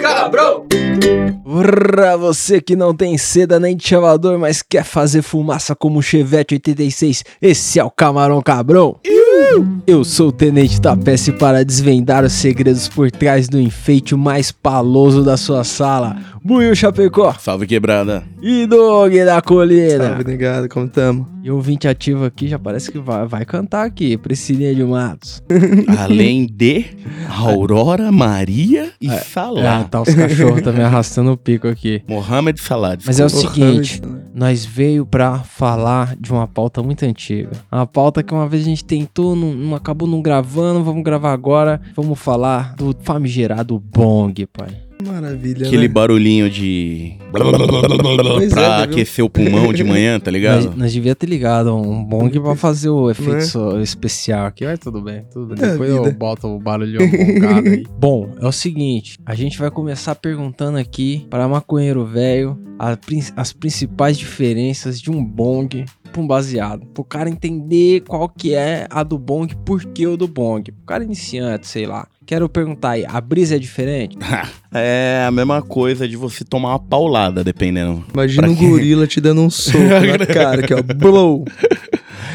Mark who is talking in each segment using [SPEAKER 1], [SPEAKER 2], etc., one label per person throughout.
[SPEAKER 1] Cabrão!
[SPEAKER 2] Pra você que não tem seda nem de chavador, mas quer fazer fumaça como o Chevette 86, esse é o Camarão Cabrão. Eu sou o Tenente Tapece para desvendar os segredos por trás do enfeite mais paloso da sua sala. Buiu Chapecó
[SPEAKER 3] Salve quebrada.
[SPEAKER 2] e Doug da Colina.
[SPEAKER 1] Salve, negado, como tamo?
[SPEAKER 2] E o ouvinte ativo aqui já parece que vai, vai cantar aqui, Priscilinha de Matos.
[SPEAKER 3] Além de Aurora, Maria e
[SPEAKER 2] Ah,
[SPEAKER 3] Salah.
[SPEAKER 2] tá os cachorros também arrastando o pico aqui.
[SPEAKER 3] é. Mohamed Salah.
[SPEAKER 2] Mas é o
[SPEAKER 1] Porra,
[SPEAKER 2] seguinte,
[SPEAKER 1] Hamilton.
[SPEAKER 2] nós veio pra falar de uma pauta muito antiga. Uma pauta que uma vez a gente tentou, não, não- acabou não gravando, vamos gravar agora. Vamos falar do famigerado Bong, pai.
[SPEAKER 1] Maravilha, né?
[SPEAKER 3] Aquele barulhinho de.
[SPEAKER 1] é,
[SPEAKER 3] pra
[SPEAKER 1] tá vendo?
[SPEAKER 3] aquecer o pulmão de manhã, tá ligado?
[SPEAKER 2] Nós, nós devia ter ligado um Bong pra fazer o efeito
[SPEAKER 1] Né?
[SPEAKER 2] so- especial aqui, mas tudo bem, tudo bem.
[SPEAKER 1] É a
[SPEAKER 2] Depois eu
[SPEAKER 1] vida.
[SPEAKER 2] boto o barulho bongado aí. Bom, é o seguinte, a gente vai começar perguntando aqui para maconheiro velho a prin- as principais diferenças de um Bong pra um baseado. Pro cara entender qual que é a do Bong, por que o do Bong. Pro cara iniciante, sei lá. Quero perguntar aí, a brisa é diferente?
[SPEAKER 3] É a mesma coisa de você tomar uma paulada, dependendo.
[SPEAKER 1] Imagina
[SPEAKER 3] Pra
[SPEAKER 1] um
[SPEAKER 3] quê?
[SPEAKER 1] gorila te dando um soco na cara aqui, ó. Blow!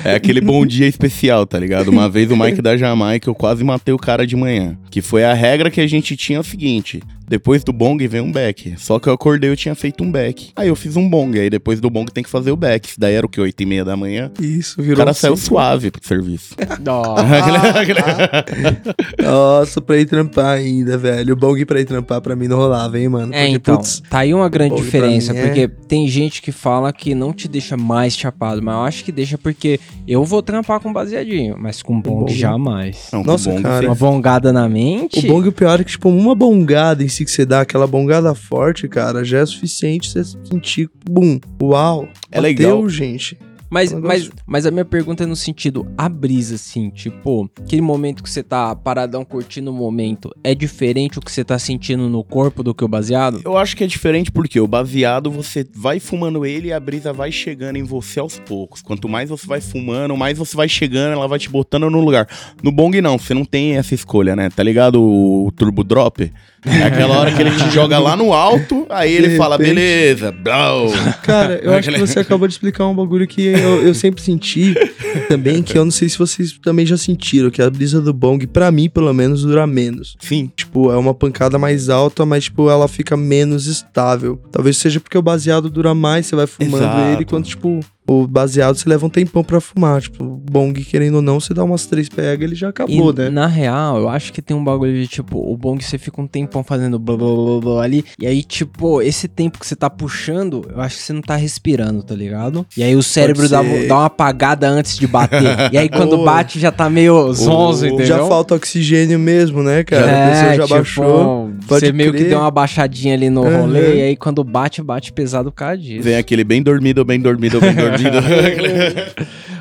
[SPEAKER 3] É aquele bom dia especial, tá ligado? Uma vez o Mike da Jamaica, eu quase matei o cara de manhã. Que foi a regra que a gente tinha é o seguinte: depois do bong vem um back. Só que eu acordei eu tinha feito um back. Aí eu fiz um bong, aí depois do bong tem que fazer o back. Isso daí era o que? 8 e meia da manhã.
[SPEAKER 1] Isso,
[SPEAKER 3] O
[SPEAKER 1] virou
[SPEAKER 3] cara
[SPEAKER 1] um
[SPEAKER 3] saiu
[SPEAKER 1] soco.
[SPEAKER 3] suave pro serviço.
[SPEAKER 2] Nossa.
[SPEAKER 1] Ah. Nossa, pra ir trampar ainda, velho. O bong pra ir trampar pra mim não rolava, hein, mano?
[SPEAKER 2] É, então, tá aí uma grande
[SPEAKER 1] Bong pra
[SPEAKER 2] diferença,
[SPEAKER 1] mim é-
[SPEAKER 2] porque tem gente que fala que não te deixa mais chapado, mas eu acho que deixa porque eu vou trampar com baseadinho, mas com bong,
[SPEAKER 1] bong.
[SPEAKER 2] jamais.
[SPEAKER 3] Não,
[SPEAKER 1] Nossa,
[SPEAKER 3] o bong
[SPEAKER 1] cara.
[SPEAKER 2] Uma bongada na mente?
[SPEAKER 1] O bong, o pior é que, tipo, uma bongada em si que você dá, aquela bongada forte, cara, já é suficiente você sentir, bum, uau.
[SPEAKER 3] É legal.
[SPEAKER 1] gente.
[SPEAKER 2] Mas,
[SPEAKER 1] É um
[SPEAKER 2] mas,
[SPEAKER 1] negócio-
[SPEAKER 2] mas a minha pergunta é no sentido, a brisa, assim, tipo, aquele momento que você tá paradão curtindo o momento, é diferente o que você tá sentindo no corpo do que o baseado?
[SPEAKER 3] Eu acho que é diferente porque o baseado você vai fumando ele e a brisa vai chegando em você aos poucos. Quanto mais você vai fumando, mais você vai chegando, ela vai te botando no lugar. No bong não, você não tem essa escolha, né? Tá ligado o turbo drop? É aquela hora que ele te joga lá no alto, aí ele
[SPEAKER 1] De
[SPEAKER 3] fala,
[SPEAKER 1] repente.
[SPEAKER 3] beleza, blau.
[SPEAKER 1] Cara, eu acho que você acabou de explicar um bagulho que eu, eu sempre senti também, que eu não sei se vocês também já sentiram, que a brisa do bong, pra mim, pelo menos, dura menos.
[SPEAKER 3] Sim.
[SPEAKER 1] Tipo, é uma pancada mais alta, mas, tipo, ela fica menos estável. Talvez seja porque o baseado dura mais, você vai fumando
[SPEAKER 3] Exato.
[SPEAKER 1] ele, enquanto, tipo, o baseado você leva um tempão pra fumar. Tipo, o bong, querendo ou não, você dá umas três pega, ele já acabou,
[SPEAKER 2] E,
[SPEAKER 1] né?
[SPEAKER 2] Na real, eu acho que tem um bagulho de tipo, o bong você fica um tempão fazendo blá blá blá blá ali, e aí, tipo, esse tempo que você tá puxando, eu acho que você não tá respirando, tá ligado? E aí o cérebro dá,
[SPEAKER 1] ser.
[SPEAKER 2] dá uma apagada antes de bater. e aí quando
[SPEAKER 1] Boa.
[SPEAKER 2] bate já tá meio zonzo, entendeu?
[SPEAKER 1] Já falta oxigênio mesmo, né, cara? a pessoa
[SPEAKER 2] é,
[SPEAKER 1] já
[SPEAKER 2] tipo,
[SPEAKER 1] baixou.
[SPEAKER 2] Você
[SPEAKER 1] pode
[SPEAKER 2] meio que
[SPEAKER 1] crer.
[SPEAKER 2] deu uma baixadinha ali no
[SPEAKER 1] Uhum.
[SPEAKER 2] rolê, e aí quando bate, bate pesado por causa disso.
[SPEAKER 3] Vem aquele bem dormido, bem dormido, bem dormido.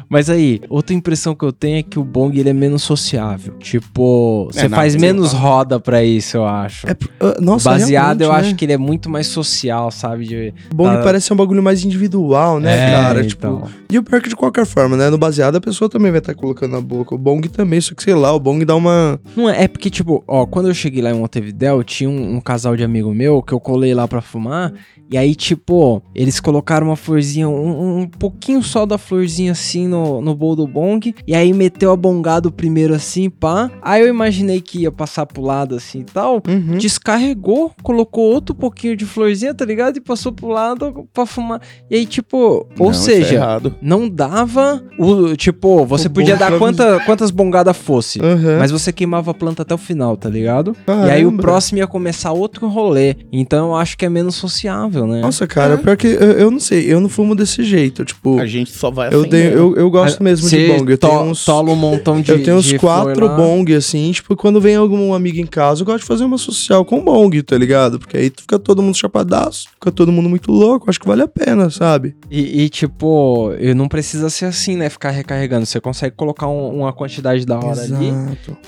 [SPEAKER 2] Mas aí, outra impressão que eu tenho é que o bong ele é menos sociável. Tipo, você
[SPEAKER 3] não,
[SPEAKER 2] faz
[SPEAKER 3] sim,
[SPEAKER 2] menos
[SPEAKER 3] tá.
[SPEAKER 2] roda pra isso, eu acho.
[SPEAKER 1] É, ah, nossa,
[SPEAKER 2] baseado, eu
[SPEAKER 1] realmente, né?
[SPEAKER 2] acho que ele é muito mais social, sabe? De...
[SPEAKER 1] Bong
[SPEAKER 2] Tá.
[SPEAKER 1] parece ser um bagulho mais individual, né,
[SPEAKER 2] É,
[SPEAKER 1] cara?
[SPEAKER 2] então.
[SPEAKER 1] Tipo, e o pior que de qualquer forma, né? No baseado a pessoa também vai estar colocando na boca. O Bong também, só que sei lá, o Bong dá uma.
[SPEAKER 2] Não é, é porque, tipo, ó, quando eu cheguei lá em Montevidéu, tinha um, um casal de amigo meu que eu colei lá pra fumar. E aí, tipo, eles colocaram uma florzinha, um, um pouquinho só da florzinha assim no, no bowl do bong. E aí meteu a bongada o primeiro assim, pá. Aí eu imaginei que ia passar pro lado assim e tal.
[SPEAKER 1] Uhum.
[SPEAKER 2] descarregou, colocou outro pouquinho de florzinha, tá ligado? E passou pro lado pra fumar. E aí, tipo, ou
[SPEAKER 3] Não, isso é
[SPEAKER 2] seja,
[SPEAKER 3] errado.
[SPEAKER 2] não dava o. Tipo, você
[SPEAKER 1] O
[SPEAKER 2] podia
[SPEAKER 1] bom
[SPEAKER 2] dar
[SPEAKER 1] pra
[SPEAKER 2] quanta, quantas bongadas fosse.
[SPEAKER 1] Aham.
[SPEAKER 2] Mas você queimava a planta até o final, tá ligado? E
[SPEAKER 1] Uhum. Caramba.
[SPEAKER 2] aí o próximo ia começar outro rolê. Então eu acho que é menos sociável, né?
[SPEAKER 1] Nossa, cara, pior que eu, eu não sei, eu não fumo desse jeito. Tipo,
[SPEAKER 3] A gente tá só vai assim
[SPEAKER 1] eu, tenho, eu, eu gosto
[SPEAKER 2] Ah,
[SPEAKER 1] mesmo de
[SPEAKER 2] você
[SPEAKER 1] Bong. Eu
[SPEAKER 2] to-
[SPEAKER 1] tenho uns.
[SPEAKER 2] tola um montão de
[SPEAKER 1] eu tenho uns
[SPEAKER 2] de flor
[SPEAKER 1] quatro
[SPEAKER 2] lá.
[SPEAKER 1] bong, assim, tipo, quando vem algum amigo em casa, eu gosto de fazer uma social com bong, tá ligado? Porque aí fica todo mundo chapadaço, fica todo mundo muito louco, acho que vale a pena, sabe?
[SPEAKER 2] E, e, tipo, e não precisa ser assim, né? Ficar recarregando. Você consegue colocar um- uma quantidade da hora ali.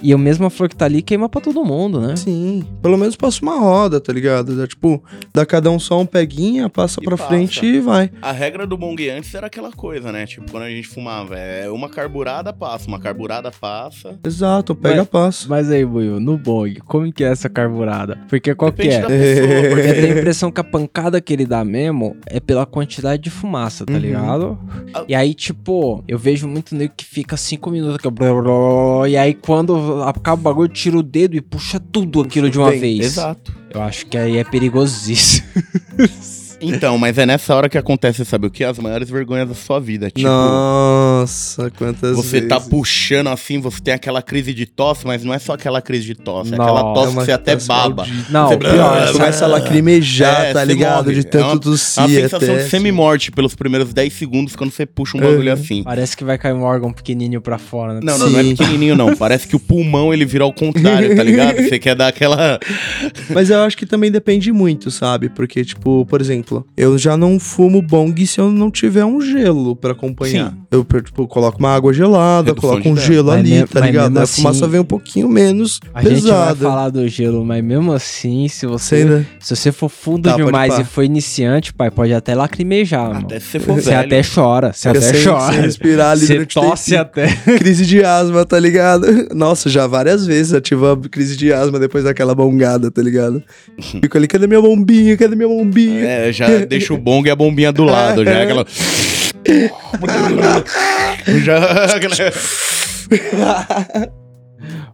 [SPEAKER 2] E a mesma flor que tá ali queima pra todo mundo, né?
[SPEAKER 1] Sim, pelo menos passa uma roda, tá ligado? Dá, tipo, dá cada um só um peguinha, passa
[SPEAKER 3] E
[SPEAKER 1] pra
[SPEAKER 3] passa.
[SPEAKER 1] frente e vai.
[SPEAKER 3] A regra do bong antes era aquela coisa, né? Tipo, quando a gente fumava, é uma carburada passa, uma carburada passa.
[SPEAKER 1] Exato, pega
[SPEAKER 2] Mas-
[SPEAKER 1] passa.
[SPEAKER 2] Mas aí, Buiu, no bong, como que é essa carburada? Porque qual que
[SPEAKER 3] Depende
[SPEAKER 2] é?
[SPEAKER 3] da pessoa,
[SPEAKER 2] Porque eu
[SPEAKER 3] porque
[SPEAKER 1] É.
[SPEAKER 2] tenho a impressão que a pancada que ele dá mesmo é pela quantidade de fumaça, tá
[SPEAKER 1] Uhum.
[SPEAKER 2] ligado?
[SPEAKER 3] Ah.
[SPEAKER 2] E aí, tipo, eu vejo muito nego que fica cinco minutos que eu blá, blá, blá, e aí quando acaba o bagulho, tira o dedo e puxa tudo aquilo um de uma
[SPEAKER 1] Bem,
[SPEAKER 2] vez.
[SPEAKER 3] Exato.
[SPEAKER 2] Eu acho que aí é perigosíssimo.
[SPEAKER 3] Então, mas é nessa hora que acontece, sabe o que? As maiores vergonhas da sua vida. Tipo,
[SPEAKER 1] Nossa, quantas
[SPEAKER 3] Você
[SPEAKER 1] vezes.
[SPEAKER 3] tá puxando assim, você tem aquela crise de tosse, mas não é só aquela crise de tosse, é
[SPEAKER 2] Não.
[SPEAKER 3] aquela
[SPEAKER 1] É
[SPEAKER 3] tosse
[SPEAKER 1] uma
[SPEAKER 3] que você até
[SPEAKER 1] tosse
[SPEAKER 3] baba.
[SPEAKER 1] maldita.
[SPEAKER 2] Não,
[SPEAKER 3] Você-
[SPEAKER 2] pior,
[SPEAKER 3] Ah,
[SPEAKER 2] essa-
[SPEAKER 1] começa a lacrimejar,
[SPEAKER 3] É,
[SPEAKER 1] tá
[SPEAKER 3] você
[SPEAKER 1] ligado?
[SPEAKER 3] morre.
[SPEAKER 1] De tanto
[SPEAKER 3] É uma-
[SPEAKER 1] tossir
[SPEAKER 3] A sensação
[SPEAKER 1] até. assim.
[SPEAKER 3] de semi-morte pelos primeiros 10 segundos quando você puxa um bagulho assim.
[SPEAKER 2] parece que vai cair um órgão pequenininho pra fora, né?
[SPEAKER 3] Não, não, não é
[SPEAKER 1] Sim.
[SPEAKER 3] pequenininho não. Parece que o pulmão ele vira ao contrário, tá ligado? Você quer dar aquela.
[SPEAKER 1] Mas eu acho que também depende muito, sabe? Porque, tipo, por exemplo, eu já não fumo bong se eu não tiver um gelo pra acompanhar.
[SPEAKER 3] Sim.
[SPEAKER 1] Eu, tipo, coloco uma água gelada,
[SPEAKER 3] Redução
[SPEAKER 1] coloco
[SPEAKER 3] de
[SPEAKER 1] um
[SPEAKER 3] dano.
[SPEAKER 1] gelo
[SPEAKER 2] Mas
[SPEAKER 1] ali,
[SPEAKER 2] me-
[SPEAKER 1] tá
[SPEAKER 2] mas
[SPEAKER 1] ligado?
[SPEAKER 2] mesmo
[SPEAKER 1] A
[SPEAKER 2] assim,
[SPEAKER 1] fumaça vem um pouquinho menos
[SPEAKER 2] A gente vai
[SPEAKER 1] pesada.
[SPEAKER 2] falar do gelo, mas mesmo assim, se você,
[SPEAKER 1] Sei, né?
[SPEAKER 2] se você for fundo
[SPEAKER 1] Tá, pode
[SPEAKER 2] demais
[SPEAKER 1] pá.
[SPEAKER 2] e for iniciante, pai, pode até
[SPEAKER 1] Ah,
[SPEAKER 2] lacrimejar, mano.
[SPEAKER 3] Até se você for
[SPEAKER 1] é,
[SPEAKER 2] Você
[SPEAKER 3] velho.
[SPEAKER 1] né?
[SPEAKER 2] até chora, você
[SPEAKER 1] Fica
[SPEAKER 2] Tá até
[SPEAKER 1] sem,
[SPEAKER 2] chora.
[SPEAKER 1] sem respirar ali
[SPEAKER 2] Você
[SPEAKER 1] durante o
[SPEAKER 2] tosse
[SPEAKER 1] tempinho.
[SPEAKER 2] até.
[SPEAKER 1] Crise de asma, tá ligado? Nossa, já várias vezes ativamos crise de asma depois daquela bongada, tá ligado? Fico ali, cadê minha bombinha? Cadê minha bombinha?
[SPEAKER 3] É, já deixa o bong e a bombinha do lado, já é aquela. já. aquela-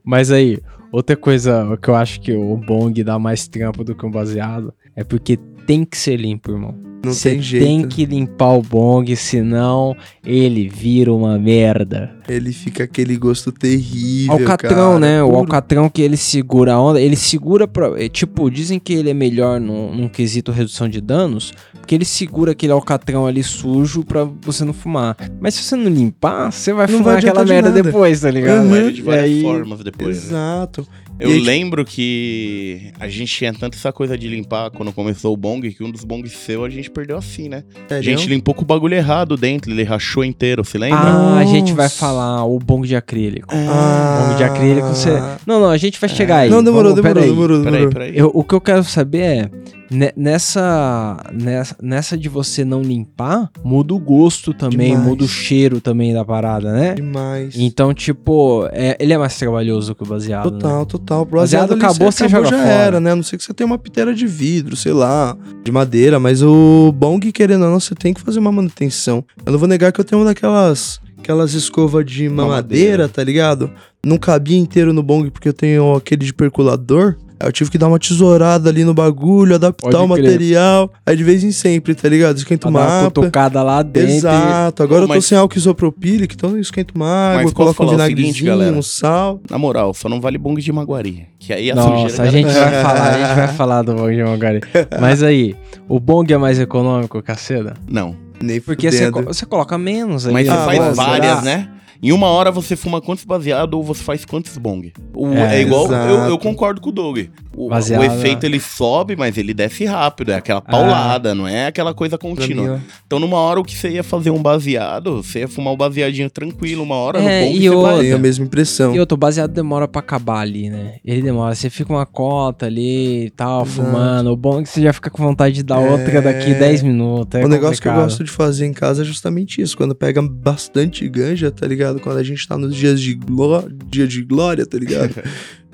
[SPEAKER 2] Mas aí, outra coisa que eu acho que o bong dá mais trampo do que um baseado é porque tem que ser limpo, irmão.
[SPEAKER 1] Não
[SPEAKER 2] Você
[SPEAKER 1] tem jeito. né?
[SPEAKER 2] tem que limpar o bong, senão ele vira uma merda.
[SPEAKER 1] Ele fica aquele gosto terrível.
[SPEAKER 2] Alcatrão,
[SPEAKER 1] cara.
[SPEAKER 2] né? O
[SPEAKER 1] Puro.
[SPEAKER 2] Alcatrão que ele segura a onda, ele segura pra. é, Tipo, dizem que ele é melhor num, num quesito redução de danos, porque ele segura aquele Alcatrão ali sujo pra você não fumar. Mas se você não limpar, você vai
[SPEAKER 1] Não
[SPEAKER 2] fumar
[SPEAKER 1] vai
[SPEAKER 2] aquela
[SPEAKER 1] adiantar de
[SPEAKER 2] merda
[SPEAKER 1] nada.
[SPEAKER 2] depois, tá ligado?
[SPEAKER 1] Uhum.
[SPEAKER 3] Mas de várias
[SPEAKER 2] E aí-
[SPEAKER 3] formas depois. né?
[SPEAKER 1] Exato.
[SPEAKER 3] Eu
[SPEAKER 1] E aí, tipo-
[SPEAKER 3] lembro que a gente tinha tanto essa coisa de limpar quando começou o bong, que um dos bongs seu a gente perdeu assim, né? A gente limpou com o bagulho errado dentro, ele rachou inteiro, se lembra?
[SPEAKER 2] Ah, a gente vai
[SPEAKER 1] Nossa.
[SPEAKER 2] falar o bong de acrílico.
[SPEAKER 1] Ah.
[SPEAKER 2] Bong de acrílico, você. Não, não, a gente vai chegar aí.
[SPEAKER 1] Não, demorou,
[SPEAKER 2] Vamos-
[SPEAKER 1] demorou,
[SPEAKER 2] peraí.
[SPEAKER 1] demorou,
[SPEAKER 3] Peraí,
[SPEAKER 1] demorou.
[SPEAKER 3] peraí.
[SPEAKER 2] Eu- o que eu quero saber é, ne- nessa, nessa, nessa de você não limpar, muda o gosto também,
[SPEAKER 1] Demais.
[SPEAKER 2] muda o cheiro também da parada, né?
[SPEAKER 1] Demais.
[SPEAKER 2] Então, tipo, é- ele é mais trabalhoso que o baseado. né?
[SPEAKER 1] Total, total. Pro
[SPEAKER 2] Baseado
[SPEAKER 1] ali,
[SPEAKER 2] acabou, você joga
[SPEAKER 1] já
[SPEAKER 2] fora.
[SPEAKER 1] era, né? A não ser que você tenha uma piteira de vidro, sei lá, de madeira, mas o bong, querendo ou não, você tem que fazer uma manutenção. Eu não vou negar que eu tenho uma daquelas aquelas escovas de mamadeira,
[SPEAKER 3] Mamadeira.
[SPEAKER 1] tá ligado? Não cabia inteiro no bong porque eu tenho aquele de perculador. Aí Eu tive que dar uma tesourada ali no bagulho, adaptar
[SPEAKER 2] Pode
[SPEAKER 1] o
[SPEAKER 2] crer.
[SPEAKER 1] material. Aí de vez em sempre, tá ligado? Esquenta
[SPEAKER 2] Pra
[SPEAKER 1] uma
[SPEAKER 2] dar uma
[SPEAKER 1] água.
[SPEAKER 2] cutucada lá dentro. e-
[SPEAKER 1] Exato, agora
[SPEAKER 3] Pô,
[SPEAKER 1] eu tô
[SPEAKER 3] mas-
[SPEAKER 1] sem álcool isopropílico, então eu esquento uma
[SPEAKER 3] Mas
[SPEAKER 1] água,
[SPEAKER 3] posso
[SPEAKER 1] coloco um
[SPEAKER 3] falar o seguinte,
[SPEAKER 1] vinagrezinho,
[SPEAKER 3] galera?
[SPEAKER 1] um sal.
[SPEAKER 3] Na moral, só não vale bong de maguari. Que aí a
[SPEAKER 2] Nossa,
[SPEAKER 3] sujeira
[SPEAKER 2] a
[SPEAKER 3] já-
[SPEAKER 2] gente vai falar, a gente vai falar do bong de Mongari. Mas aí, o bong é mais econômico, caceda?
[SPEAKER 3] Não.
[SPEAKER 1] Nem
[SPEAKER 2] Porque você, co- você coloca menos aí. é
[SPEAKER 3] Mas você
[SPEAKER 1] Ah,
[SPEAKER 3] faz
[SPEAKER 1] bom,
[SPEAKER 3] várias,
[SPEAKER 1] será?
[SPEAKER 3] né? Em uma hora você fuma quantos baseado ou você faz quantos bong. O-
[SPEAKER 2] É,
[SPEAKER 3] é, igual,
[SPEAKER 1] exato.
[SPEAKER 3] eu, eu concordo com o Doug. O, o
[SPEAKER 2] Baseado,
[SPEAKER 3] efeito ele sobe, mas ele desce rápido. É aquela paulada, não é aquela coisa contínua. Então, numa hora o que você ia fazer um baseado, você ia fumar um baseadinho tranquilo, uma hora
[SPEAKER 2] É,
[SPEAKER 3] no bom
[SPEAKER 2] e
[SPEAKER 3] que você
[SPEAKER 2] outra-
[SPEAKER 3] vai.
[SPEAKER 1] Tenho a mesma impressão.
[SPEAKER 2] E outro, baseado demora pra acabar ali, né? Ele demora, você fica uma cota ali e tal,
[SPEAKER 1] Exato.
[SPEAKER 2] fumando. O bom é que você já fica com vontade de dar outra
[SPEAKER 1] É.
[SPEAKER 2] daqui 10 minutos. É
[SPEAKER 1] o negócio que eu
[SPEAKER 2] complicado.
[SPEAKER 1] gosto de fazer em casa é justamente isso. Quando pega bastante ganja, tá ligado? Quando a gente tá nos dias de, gló... Dia de glória, tá ligado?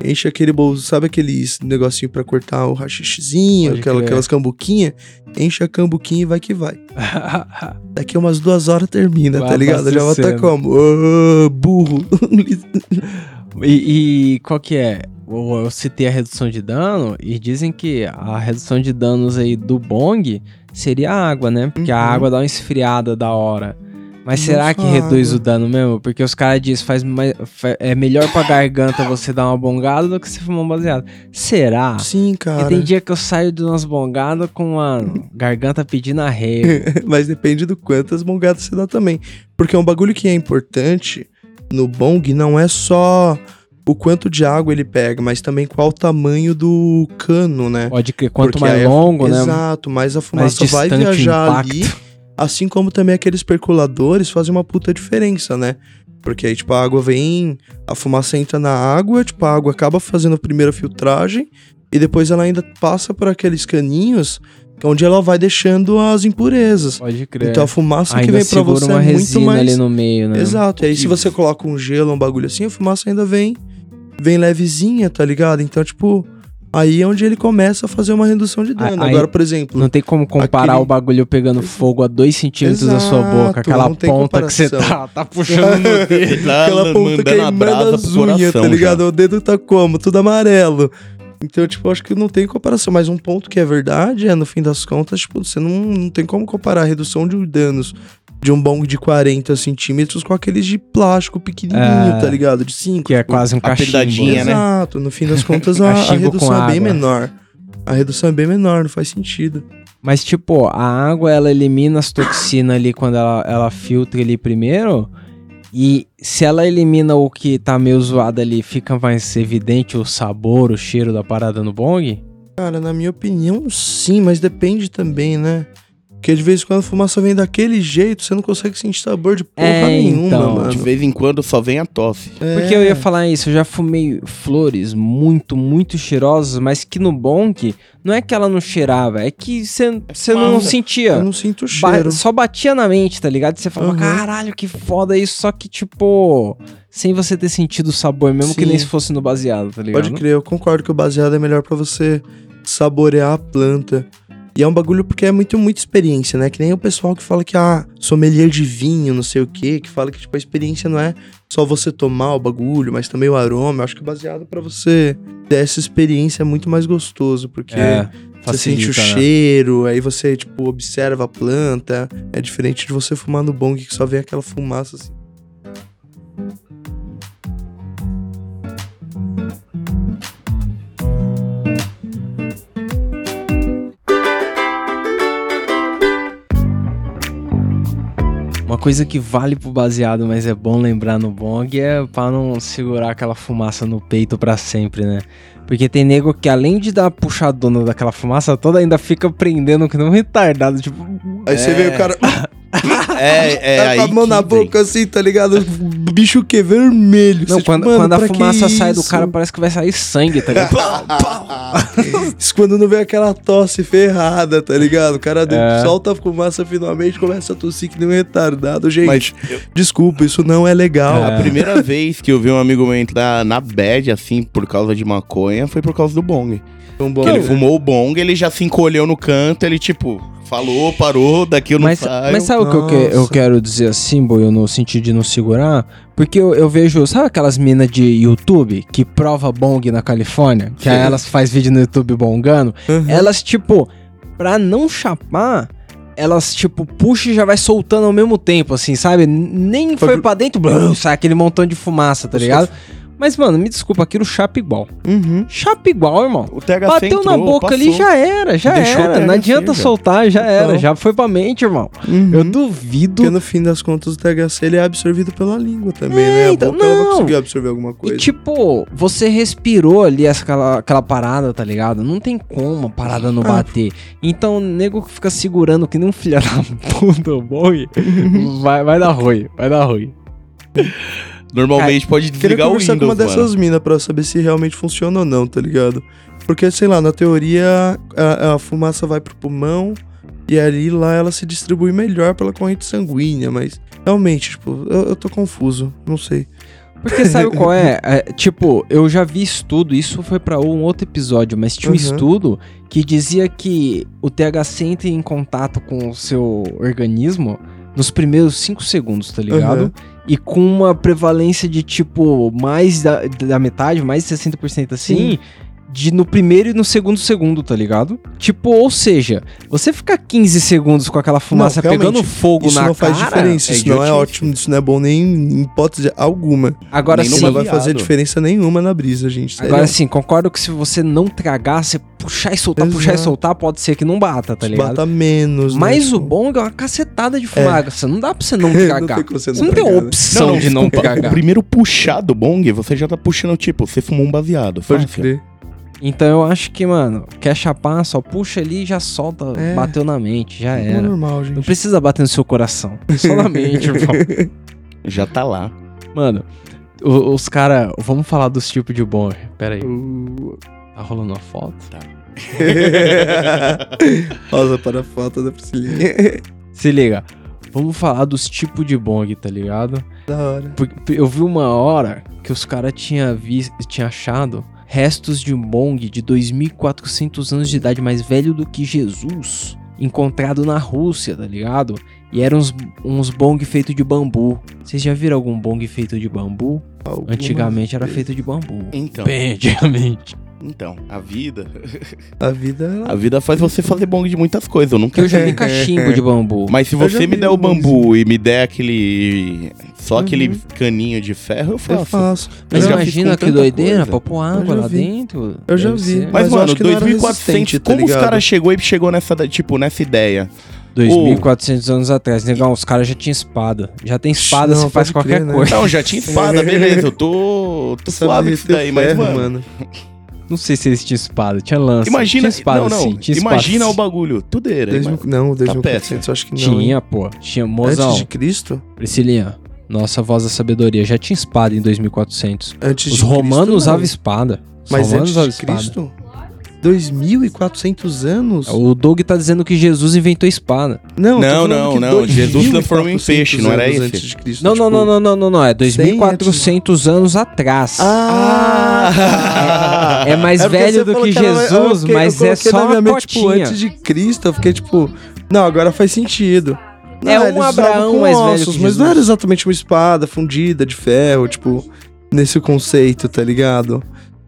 [SPEAKER 1] Enche aquele bolso, sabe aquele negocinho pra cortar o rachixizinho,
[SPEAKER 2] Pode
[SPEAKER 1] aquela,
[SPEAKER 2] crer.
[SPEAKER 1] aquelas cambuquinha? Enche a cambuquinha e vai que vai. Daqui umas duas horas termina,
[SPEAKER 2] Vai
[SPEAKER 1] tá ligado? Já vou tá
[SPEAKER 2] abastecendo.
[SPEAKER 1] como? Ô, burro.
[SPEAKER 2] E, e qual que é? Eu, eu citei a redução de dano e dizem que a redução de danos aí do Bong seria a água, né? Porque a
[SPEAKER 1] Uhum.
[SPEAKER 2] água dá uma esfriada da hora. Mas
[SPEAKER 1] Não
[SPEAKER 2] será
[SPEAKER 1] só
[SPEAKER 2] que
[SPEAKER 1] a
[SPEAKER 2] reduz
[SPEAKER 1] água.
[SPEAKER 2] o dano mesmo? Porque os caras dizem faz mais- fa- é melhor pra garganta você dar uma bongada do que você fumar um baseado. Será?
[SPEAKER 1] Sim,
[SPEAKER 2] Porque
[SPEAKER 1] cara.
[SPEAKER 2] Ah, tem dia que eu saio de umas bongadas com a garganta pedindo arreio.
[SPEAKER 1] Mas depende do quantas bongadas você dá também. Porque um bagulho que é importante no bong não é só o quanto de água ele pega, mas também qual o tamanho do cano, né?
[SPEAKER 2] Pode crer, quanto
[SPEAKER 1] Porque
[SPEAKER 2] mais
[SPEAKER 1] aí a-
[SPEAKER 2] longo, né?
[SPEAKER 1] Exato, mas a fumaça vai
[SPEAKER 2] distante o
[SPEAKER 1] viajar
[SPEAKER 2] impacto.
[SPEAKER 1] ali, assim como também aqueles percoladores fazem uma puta diferença, né? Porque aí, tipo, a água vem, a fumaça entra na água, tipo, a água acaba fazendo a primeira filtragem, E depois ela ainda passa por aqueles caninhos é onde ela vai deixando as impurezas.
[SPEAKER 2] Pode crer.
[SPEAKER 1] Então a fumaça
[SPEAKER 2] É.
[SPEAKER 1] que
[SPEAKER 2] ainda
[SPEAKER 1] vem pra
[SPEAKER 2] segura
[SPEAKER 1] você
[SPEAKER 2] uma
[SPEAKER 1] é muito
[SPEAKER 2] resina
[SPEAKER 1] mais.
[SPEAKER 2] ali no meio, né?
[SPEAKER 1] Exato. E aí, se
[SPEAKER 3] Que-
[SPEAKER 1] você coloca um gelo, um bagulho assim, a fumaça ainda vem, vem levezinha, tá ligado? Então, tipo, aí é onde ele começa a fazer uma redução de dano.
[SPEAKER 2] Aí-
[SPEAKER 1] Agora, por exemplo,
[SPEAKER 2] Não tem como comparar
[SPEAKER 1] Aquele-
[SPEAKER 2] o bagulho pegando fogo a 2 centímetros da sua
[SPEAKER 1] Exato,
[SPEAKER 2] boca, aquela
[SPEAKER 1] não tem
[SPEAKER 2] ponta que você tá,
[SPEAKER 1] comparação.
[SPEAKER 2] tá puxando no dedo.
[SPEAKER 3] Ele tá
[SPEAKER 1] aquela ponta
[SPEAKER 3] mandando a
[SPEAKER 1] queimando
[SPEAKER 3] brasa
[SPEAKER 1] as
[SPEAKER 3] pro
[SPEAKER 1] unhas,
[SPEAKER 3] coração.
[SPEAKER 1] tá
[SPEAKER 3] já.
[SPEAKER 1] ligado? O dedo tá como? Tudo amarelo. Então, tipo, eu acho que não tem comparação. Mas um ponto que é verdade é, no fim das contas, tipo, você não, não tem como comparar a redução de danos de um bong de 40 centímetros com aqueles de plástico pequenininho,
[SPEAKER 2] É.
[SPEAKER 1] tá ligado? De 5.
[SPEAKER 2] Que é quase um
[SPEAKER 3] a
[SPEAKER 2] cachimbo.
[SPEAKER 3] peidadinha, né?
[SPEAKER 1] Exato, no fim das contas a, a
[SPEAKER 2] Cachimbo com
[SPEAKER 1] redução é bem
[SPEAKER 2] água.
[SPEAKER 1] menor. A redução é bem menor, não faz sentido.
[SPEAKER 2] Mas, tipo, a água, ela elimina as toxinas ali quando ela, ela filtra ali primeiro. E se ela elimina o que tá meio zoado ali, fica mais evidente o sabor, o cheiro da parada no bong?
[SPEAKER 1] Cara, na minha opinião, sim, mas depende também, né? Porque de vez em quando a fumaça vem daquele jeito, você não consegue sentir sabor de porra
[SPEAKER 2] É,
[SPEAKER 1] nenhuma,
[SPEAKER 2] então.
[SPEAKER 1] mano.
[SPEAKER 3] De vez em quando só vem a tosse.
[SPEAKER 1] É.
[SPEAKER 2] Porque eu ia falar isso, eu já fumei flores muito, muito cheirosas, mas que no bong, não é que ela não cheirava, é que você não
[SPEAKER 3] fumaça.
[SPEAKER 2] sentia.
[SPEAKER 1] Eu não sinto o
[SPEAKER 2] Ba-
[SPEAKER 1] cheiro.
[SPEAKER 2] Só batia na mente, tá ligado? Você falava,
[SPEAKER 1] Aham.
[SPEAKER 2] caralho, que foda isso. Só que, tipo, sem você ter sentido o sabor, mesmo que
[SPEAKER 1] Sim.
[SPEAKER 2] nem se fosse no baseado, tá ligado?
[SPEAKER 1] Pode crer, eu concordo que o baseado é melhor pra você saborear a planta. E é um bagulho porque é muito, muita experiência, né? Que nem o pessoal que fala que, ah, sommelier de vinho, não sei o quê, que fala que, tipo, a experiência não é só você tomar o bagulho, mas também o aroma. Eu acho que o baseado pra você ter essa experiência é muito mais gostoso, porque
[SPEAKER 2] É,
[SPEAKER 1] você sente o
[SPEAKER 2] facilita, né?
[SPEAKER 1] cheiro, aí você, tipo, observa a planta. É diferente de você fumar no bong, que só vem aquela fumaça, assim.
[SPEAKER 2] Uma coisa que vale pro baseado, mas é bom lembrar no bong, é pra não segurar aquela fumaça no peito pra sempre, né? Porque tem nego que além de dar a puxadona daquela fumaça toda, ainda fica prendendo que não retardado, tipo...
[SPEAKER 1] Aí você
[SPEAKER 3] É.
[SPEAKER 1] vê o cara...
[SPEAKER 3] É, é
[SPEAKER 1] Tá
[SPEAKER 3] aí
[SPEAKER 1] com a mão
[SPEAKER 3] que
[SPEAKER 1] na
[SPEAKER 3] vem.
[SPEAKER 1] boca assim, tá ligado? O Bicho que é vermelho.
[SPEAKER 2] Não,
[SPEAKER 1] Você,
[SPEAKER 2] quando,
[SPEAKER 1] tipo, mano,
[SPEAKER 2] quando a
[SPEAKER 1] pra que
[SPEAKER 2] fumaça sai do
[SPEAKER 1] isso?
[SPEAKER 2] cara, parece que vai sair sangue, tá ligado?
[SPEAKER 1] Isso quando não vem aquela tosse ferrada, tá ligado? O cara
[SPEAKER 2] É.
[SPEAKER 1] solta a fumaça finalmente, começa a tossir que nem um retardado. Gente,
[SPEAKER 3] Mas
[SPEAKER 1] desculpa, isso não é legal.
[SPEAKER 3] a primeira vez que eu vi um amigo meu entrar na bad, assim, por causa de maconha, foi por causa do bong.
[SPEAKER 1] Então, bom,
[SPEAKER 3] Porque ele
[SPEAKER 1] né?
[SPEAKER 3] fumou o bong, ele já se encolheu no canto, ele tipo, falou, parou, daqui eu não
[SPEAKER 2] mas,
[SPEAKER 3] saio.
[SPEAKER 2] mas sabe o que eu, que- eu
[SPEAKER 1] Nossa.
[SPEAKER 2] quero dizer assim, Boy, no sentido de não segurar? Porque eu, eu vejo, sabe aquelas minas de YouTube que prova bong na Califórnia? Que aí
[SPEAKER 3] Sim.
[SPEAKER 2] elas faz vídeo no YouTube bongando.
[SPEAKER 1] Uhum.
[SPEAKER 2] Elas, tipo, pra não chapar, elas, tipo, puxa e já vai soltando ao mesmo tempo, assim, sabe? Nem foi pra dentro, blum, sai aquele montão de fumaça, tá ligado? Mas, mano, me desculpa, aquilo chapa igual.
[SPEAKER 1] Uhum.
[SPEAKER 2] Chapa igual, irmão.
[SPEAKER 3] O THC
[SPEAKER 2] Bateu na
[SPEAKER 3] entrou,
[SPEAKER 2] boca ali,
[SPEAKER 3] passou.
[SPEAKER 2] já era, já
[SPEAKER 3] Deixou o
[SPEAKER 2] era. Não
[SPEAKER 3] THC,
[SPEAKER 2] adianta
[SPEAKER 3] já.
[SPEAKER 2] soltar, já era.
[SPEAKER 1] Então.
[SPEAKER 2] Já foi pra mente, irmão.
[SPEAKER 1] uhum.
[SPEAKER 2] Eu duvido.
[SPEAKER 1] Porque no fim das contas o THC ele é absorvido pela língua também,
[SPEAKER 2] É,
[SPEAKER 1] né? A
[SPEAKER 2] então-
[SPEAKER 1] boca ela vai
[SPEAKER 2] não.
[SPEAKER 1] conseguir absorver alguma
[SPEAKER 2] E
[SPEAKER 1] coisa.
[SPEAKER 2] tipo, você respirou ali essa- aquela, aquela parada, tá ligado? Não tem como a parada não bater. Então o nego que fica segurando que nem um filho da puta boi, vai, vai dar ruim, vai dar ruim.
[SPEAKER 3] Normalmente pode
[SPEAKER 1] Queria
[SPEAKER 3] desligar o
[SPEAKER 1] conversar
[SPEAKER 3] Windows,
[SPEAKER 1] com uma
[SPEAKER 3] mano.
[SPEAKER 1] dessas minas pra saber se realmente funciona ou não, tá ligado? Porque, sei lá, na teoria, a, a fumaça vai pro pulmão e ali lá ela se distribui melhor pela corrente sanguínea, mas realmente, tipo, eu, eu tô confuso, não sei.
[SPEAKER 2] Porque sabe qual é? É, Tipo, eu já vi estudo, isso foi pra um outro episódio, mas tinha um
[SPEAKER 1] Uhum.
[SPEAKER 2] estudo que dizia que o THC entra em contato com o seu organismo nos primeiros 5 segundos, tá ligado?
[SPEAKER 1] Uhum.
[SPEAKER 2] E com uma prevalência de tipo mais da, da metade, mais de 60% assim. De no primeiro e no segundo segundo, tá ligado? Tipo, ou seja, você ficar 15 segundos com aquela fumaça
[SPEAKER 1] realmente,
[SPEAKER 2] pegando fogo
[SPEAKER 1] Isso
[SPEAKER 2] na
[SPEAKER 1] não faz
[SPEAKER 2] cara,
[SPEAKER 1] diferença,
[SPEAKER 3] é
[SPEAKER 1] isso não é
[SPEAKER 3] idiotice.
[SPEAKER 1] ótimo, isso não é bom nem em hipótese alguma.
[SPEAKER 2] Agora
[SPEAKER 3] Nem
[SPEAKER 1] Isso
[SPEAKER 2] sim,
[SPEAKER 3] numa
[SPEAKER 1] não vai fazer
[SPEAKER 3] Baseado.
[SPEAKER 1] diferença nenhuma na brisa, gente. tá sério.
[SPEAKER 2] Agora sim, concordo que se você não tragar, você puxar e soltar, puxar e
[SPEAKER 1] Exato.
[SPEAKER 2] soltar, pode ser que não bata, tá ligado?
[SPEAKER 1] Bata menos, né,
[SPEAKER 2] Mas
[SPEAKER 1] tipo,
[SPEAKER 2] o bong é uma cacetada de fumar. Você não dá pra você não tragar.
[SPEAKER 1] não tem como você
[SPEAKER 2] você não tem
[SPEAKER 1] pegar, né?
[SPEAKER 2] opção de não
[SPEAKER 3] desculpa, O
[SPEAKER 2] tragar.
[SPEAKER 3] primeiro puxar do bong, você já tá puxando, tipo, você fumou um baseado.
[SPEAKER 1] Pode
[SPEAKER 3] fácil.
[SPEAKER 1] crer.
[SPEAKER 2] Então eu acho que, mano, quer chapar, só puxa ali e já solta.
[SPEAKER 1] É.
[SPEAKER 2] Bateu na mente, já
[SPEAKER 1] É
[SPEAKER 2] era.
[SPEAKER 1] normal, gente.
[SPEAKER 2] Não precisa bater no seu coração. Só na mente, irmão.
[SPEAKER 3] Já tá lá.
[SPEAKER 2] Mano, o- os caras. Vamos falar dos tipos de bong. Pera aí.
[SPEAKER 1] Uh,
[SPEAKER 2] Tá rolando uma foto?
[SPEAKER 1] Rosa para a falta da Priscilinha.
[SPEAKER 2] Se liga, vamos falar dos tipos de bong, tá ligado?
[SPEAKER 1] da hora.
[SPEAKER 2] Porque eu vi uma hora que os caras tinham tinha achado restos de um bong de 2.400 anos de idade, mais velho do que Jesus, encontrado na Rússia, tá ligado? E eram uns, uns bong feito de bambu. Vocês já viram algum bong feito de bambu?
[SPEAKER 1] Algumas
[SPEAKER 2] Antigamente era
[SPEAKER 1] vezes.
[SPEAKER 2] feito de bambu.
[SPEAKER 3] Então,
[SPEAKER 2] Bem, antigamente.
[SPEAKER 3] então, a vida.
[SPEAKER 1] A vida ela
[SPEAKER 3] A vida faz você fazer bong de muitas coisas. Eu nunca.
[SPEAKER 2] Eu já vi é cachimbo de bambu.
[SPEAKER 3] Mas se
[SPEAKER 1] Eu já
[SPEAKER 3] você me
[SPEAKER 1] vi
[SPEAKER 3] der o
[SPEAKER 1] um
[SPEAKER 3] bambu e me der aquele. Só aquele
[SPEAKER 1] Uhum.
[SPEAKER 3] caninho de ferro, eu
[SPEAKER 1] eu
[SPEAKER 3] faço.
[SPEAKER 1] faço.
[SPEAKER 2] Mas
[SPEAKER 1] eu, já,
[SPEAKER 3] fiz
[SPEAKER 2] imagina
[SPEAKER 3] com
[SPEAKER 2] que
[SPEAKER 3] tanta
[SPEAKER 2] doideira,
[SPEAKER 3] coisa.
[SPEAKER 2] pra pôr água
[SPEAKER 1] já
[SPEAKER 2] lá
[SPEAKER 1] vi.
[SPEAKER 2] dentro.
[SPEAKER 1] eu já
[SPEAKER 2] deve
[SPEAKER 1] vi.
[SPEAKER 2] ser.
[SPEAKER 3] Mas,
[SPEAKER 1] eu
[SPEAKER 3] mano,
[SPEAKER 1] acho que não era
[SPEAKER 3] 2400,
[SPEAKER 1] resistente, tá
[SPEAKER 3] como os
[SPEAKER 1] ligado?
[SPEAKER 3] caras chegou e chegou nessa, da- tipo, nessa ideia?
[SPEAKER 2] 2.400 anos atrás, negão, os caras já tinham espada. Já tem espada,
[SPEAKER 1] Não,
[SPEAKER 2] você faz
[SPEAKER 1] pode
[SPEAKER 2] qualquer
[SPEAKER 1] crer, né?
[SPEAKER 2] coisa.
[SPEAKER 3] Não, já tinha espada, beleza, eu tô, tô
[SPEAKER 1] Sabe
[SPEAKER 3] suave com isso
[SPEAKER 1] ter
[SPEAKER 3] daí, mas,
[SPEAKER 1] ferro,
[SPEAKER 3] mano,
[SPEAKER 2] Não sei se eles tinham espada, tinha lança.
[SPEAKER 3] imagina,
[SPEAKER 2] tinha espada,
[SPEAKER 3] não, não,
[SPEAKER 2] sim, tinha espada,
[SPEAKER 3] imagina
[SPEAKER 2] sim.
[SPEAKER 3] o bagulho, tudeira,
[SPEAKER 1] Dois
[SPEAKER 3] ima-
[SPEAKER 1] mil- não,
[SPEAKER 3] péssimo.
[SPEAKER 1] 2400 eu acho que não. hein?
[SPEAKER 2] Tinha, pô. Tinha mozão.
[SPEAKER 1] Antes de Cristo?
[SPEAKER 2] Priscilinha, nossa voz da sabedoria, já tinha espada em 2400.
[SPEAKER 1] Antes
[SPEAKER 2] Os
[SPEAKER 1] de Cristo,
[SPEAKER 2] romanos usavam
[SPEAKER 1] não.
[SPEAKER 2] espada. Os
[SPEAKER 1] Mas
[SPEAKER 2] romanos
[SPEAKER 1] antes
[SPEAKER 2] usavam
[SPEAKER 1] de
[SPEAKER 2] espada.
[SPEAKER 1] Cristo? 2400 anos?
[SPEAKER 2] O Doug tá dizendo que Jesus inventou espada.
[SPEAKER 1] Não, tô
[SPEAKER 3] Não,
[SPEAKER 1] falando
[SPEAKER 3] não,
[SPEAKER 1] que
[SPEAKER 3] não,
[SPEAKER 1] dois
[SPEAKER 3] Jesus
[SPEAKER 1] mil e
[SPEAKER 3] transformou em peixe, não era
[SPEAKER 1] 400
[SPEAKER 3] esse?
[SPEAKER 1] anos Antes de Cristo,
[SPEAKER 2] Não, não,
[SPEAKER 1] tipo-
[SPEAKER 2] não, não, não, não, não. É
[SPEAKER 1] antes de-
[SPEAKER 2] 2400 anos atrás.
[SPEAKER 3] Ah!
[SPEAKER 2] É mais
[SPEAKER 1] É porque
[SPEAKER 2] velho
[SPEAKER 1] você
[SPEAKER 2] do
[SPEAKER 1] falou
[SPEAKER 2] que
[SPEAKER 1] era- eu
[SPEAKER 2] Jesus,
[SPEAKER 1] fiquei- eu
[SPEAKER 2] mas é
[SPEAKER 1] coloquei
[SPEAKER 2] só
[SPEAKER 1] na minha
[SPEAKER 2] uma
[SPEAKER 1] mente, tipo,
[SPEAKER 2] cotinha.
[SPEAKER 1] antes de Cristo, eu fiquei tipo, não, agora faz sentido. Não,
[SPEAKER 2] É um
[SPEAKER 1] eles usavam
[SPEAKER 2] Abraão
[SPEAKER 1] com
[SPEAKER 2] mais velho que
[SPEAKER 1] mas não
[SPEAKER 2] Jesus.
[SPEAKER 1] era exatamente uma espada fundida de ferro, tipo, nesse conceito, tá ligado?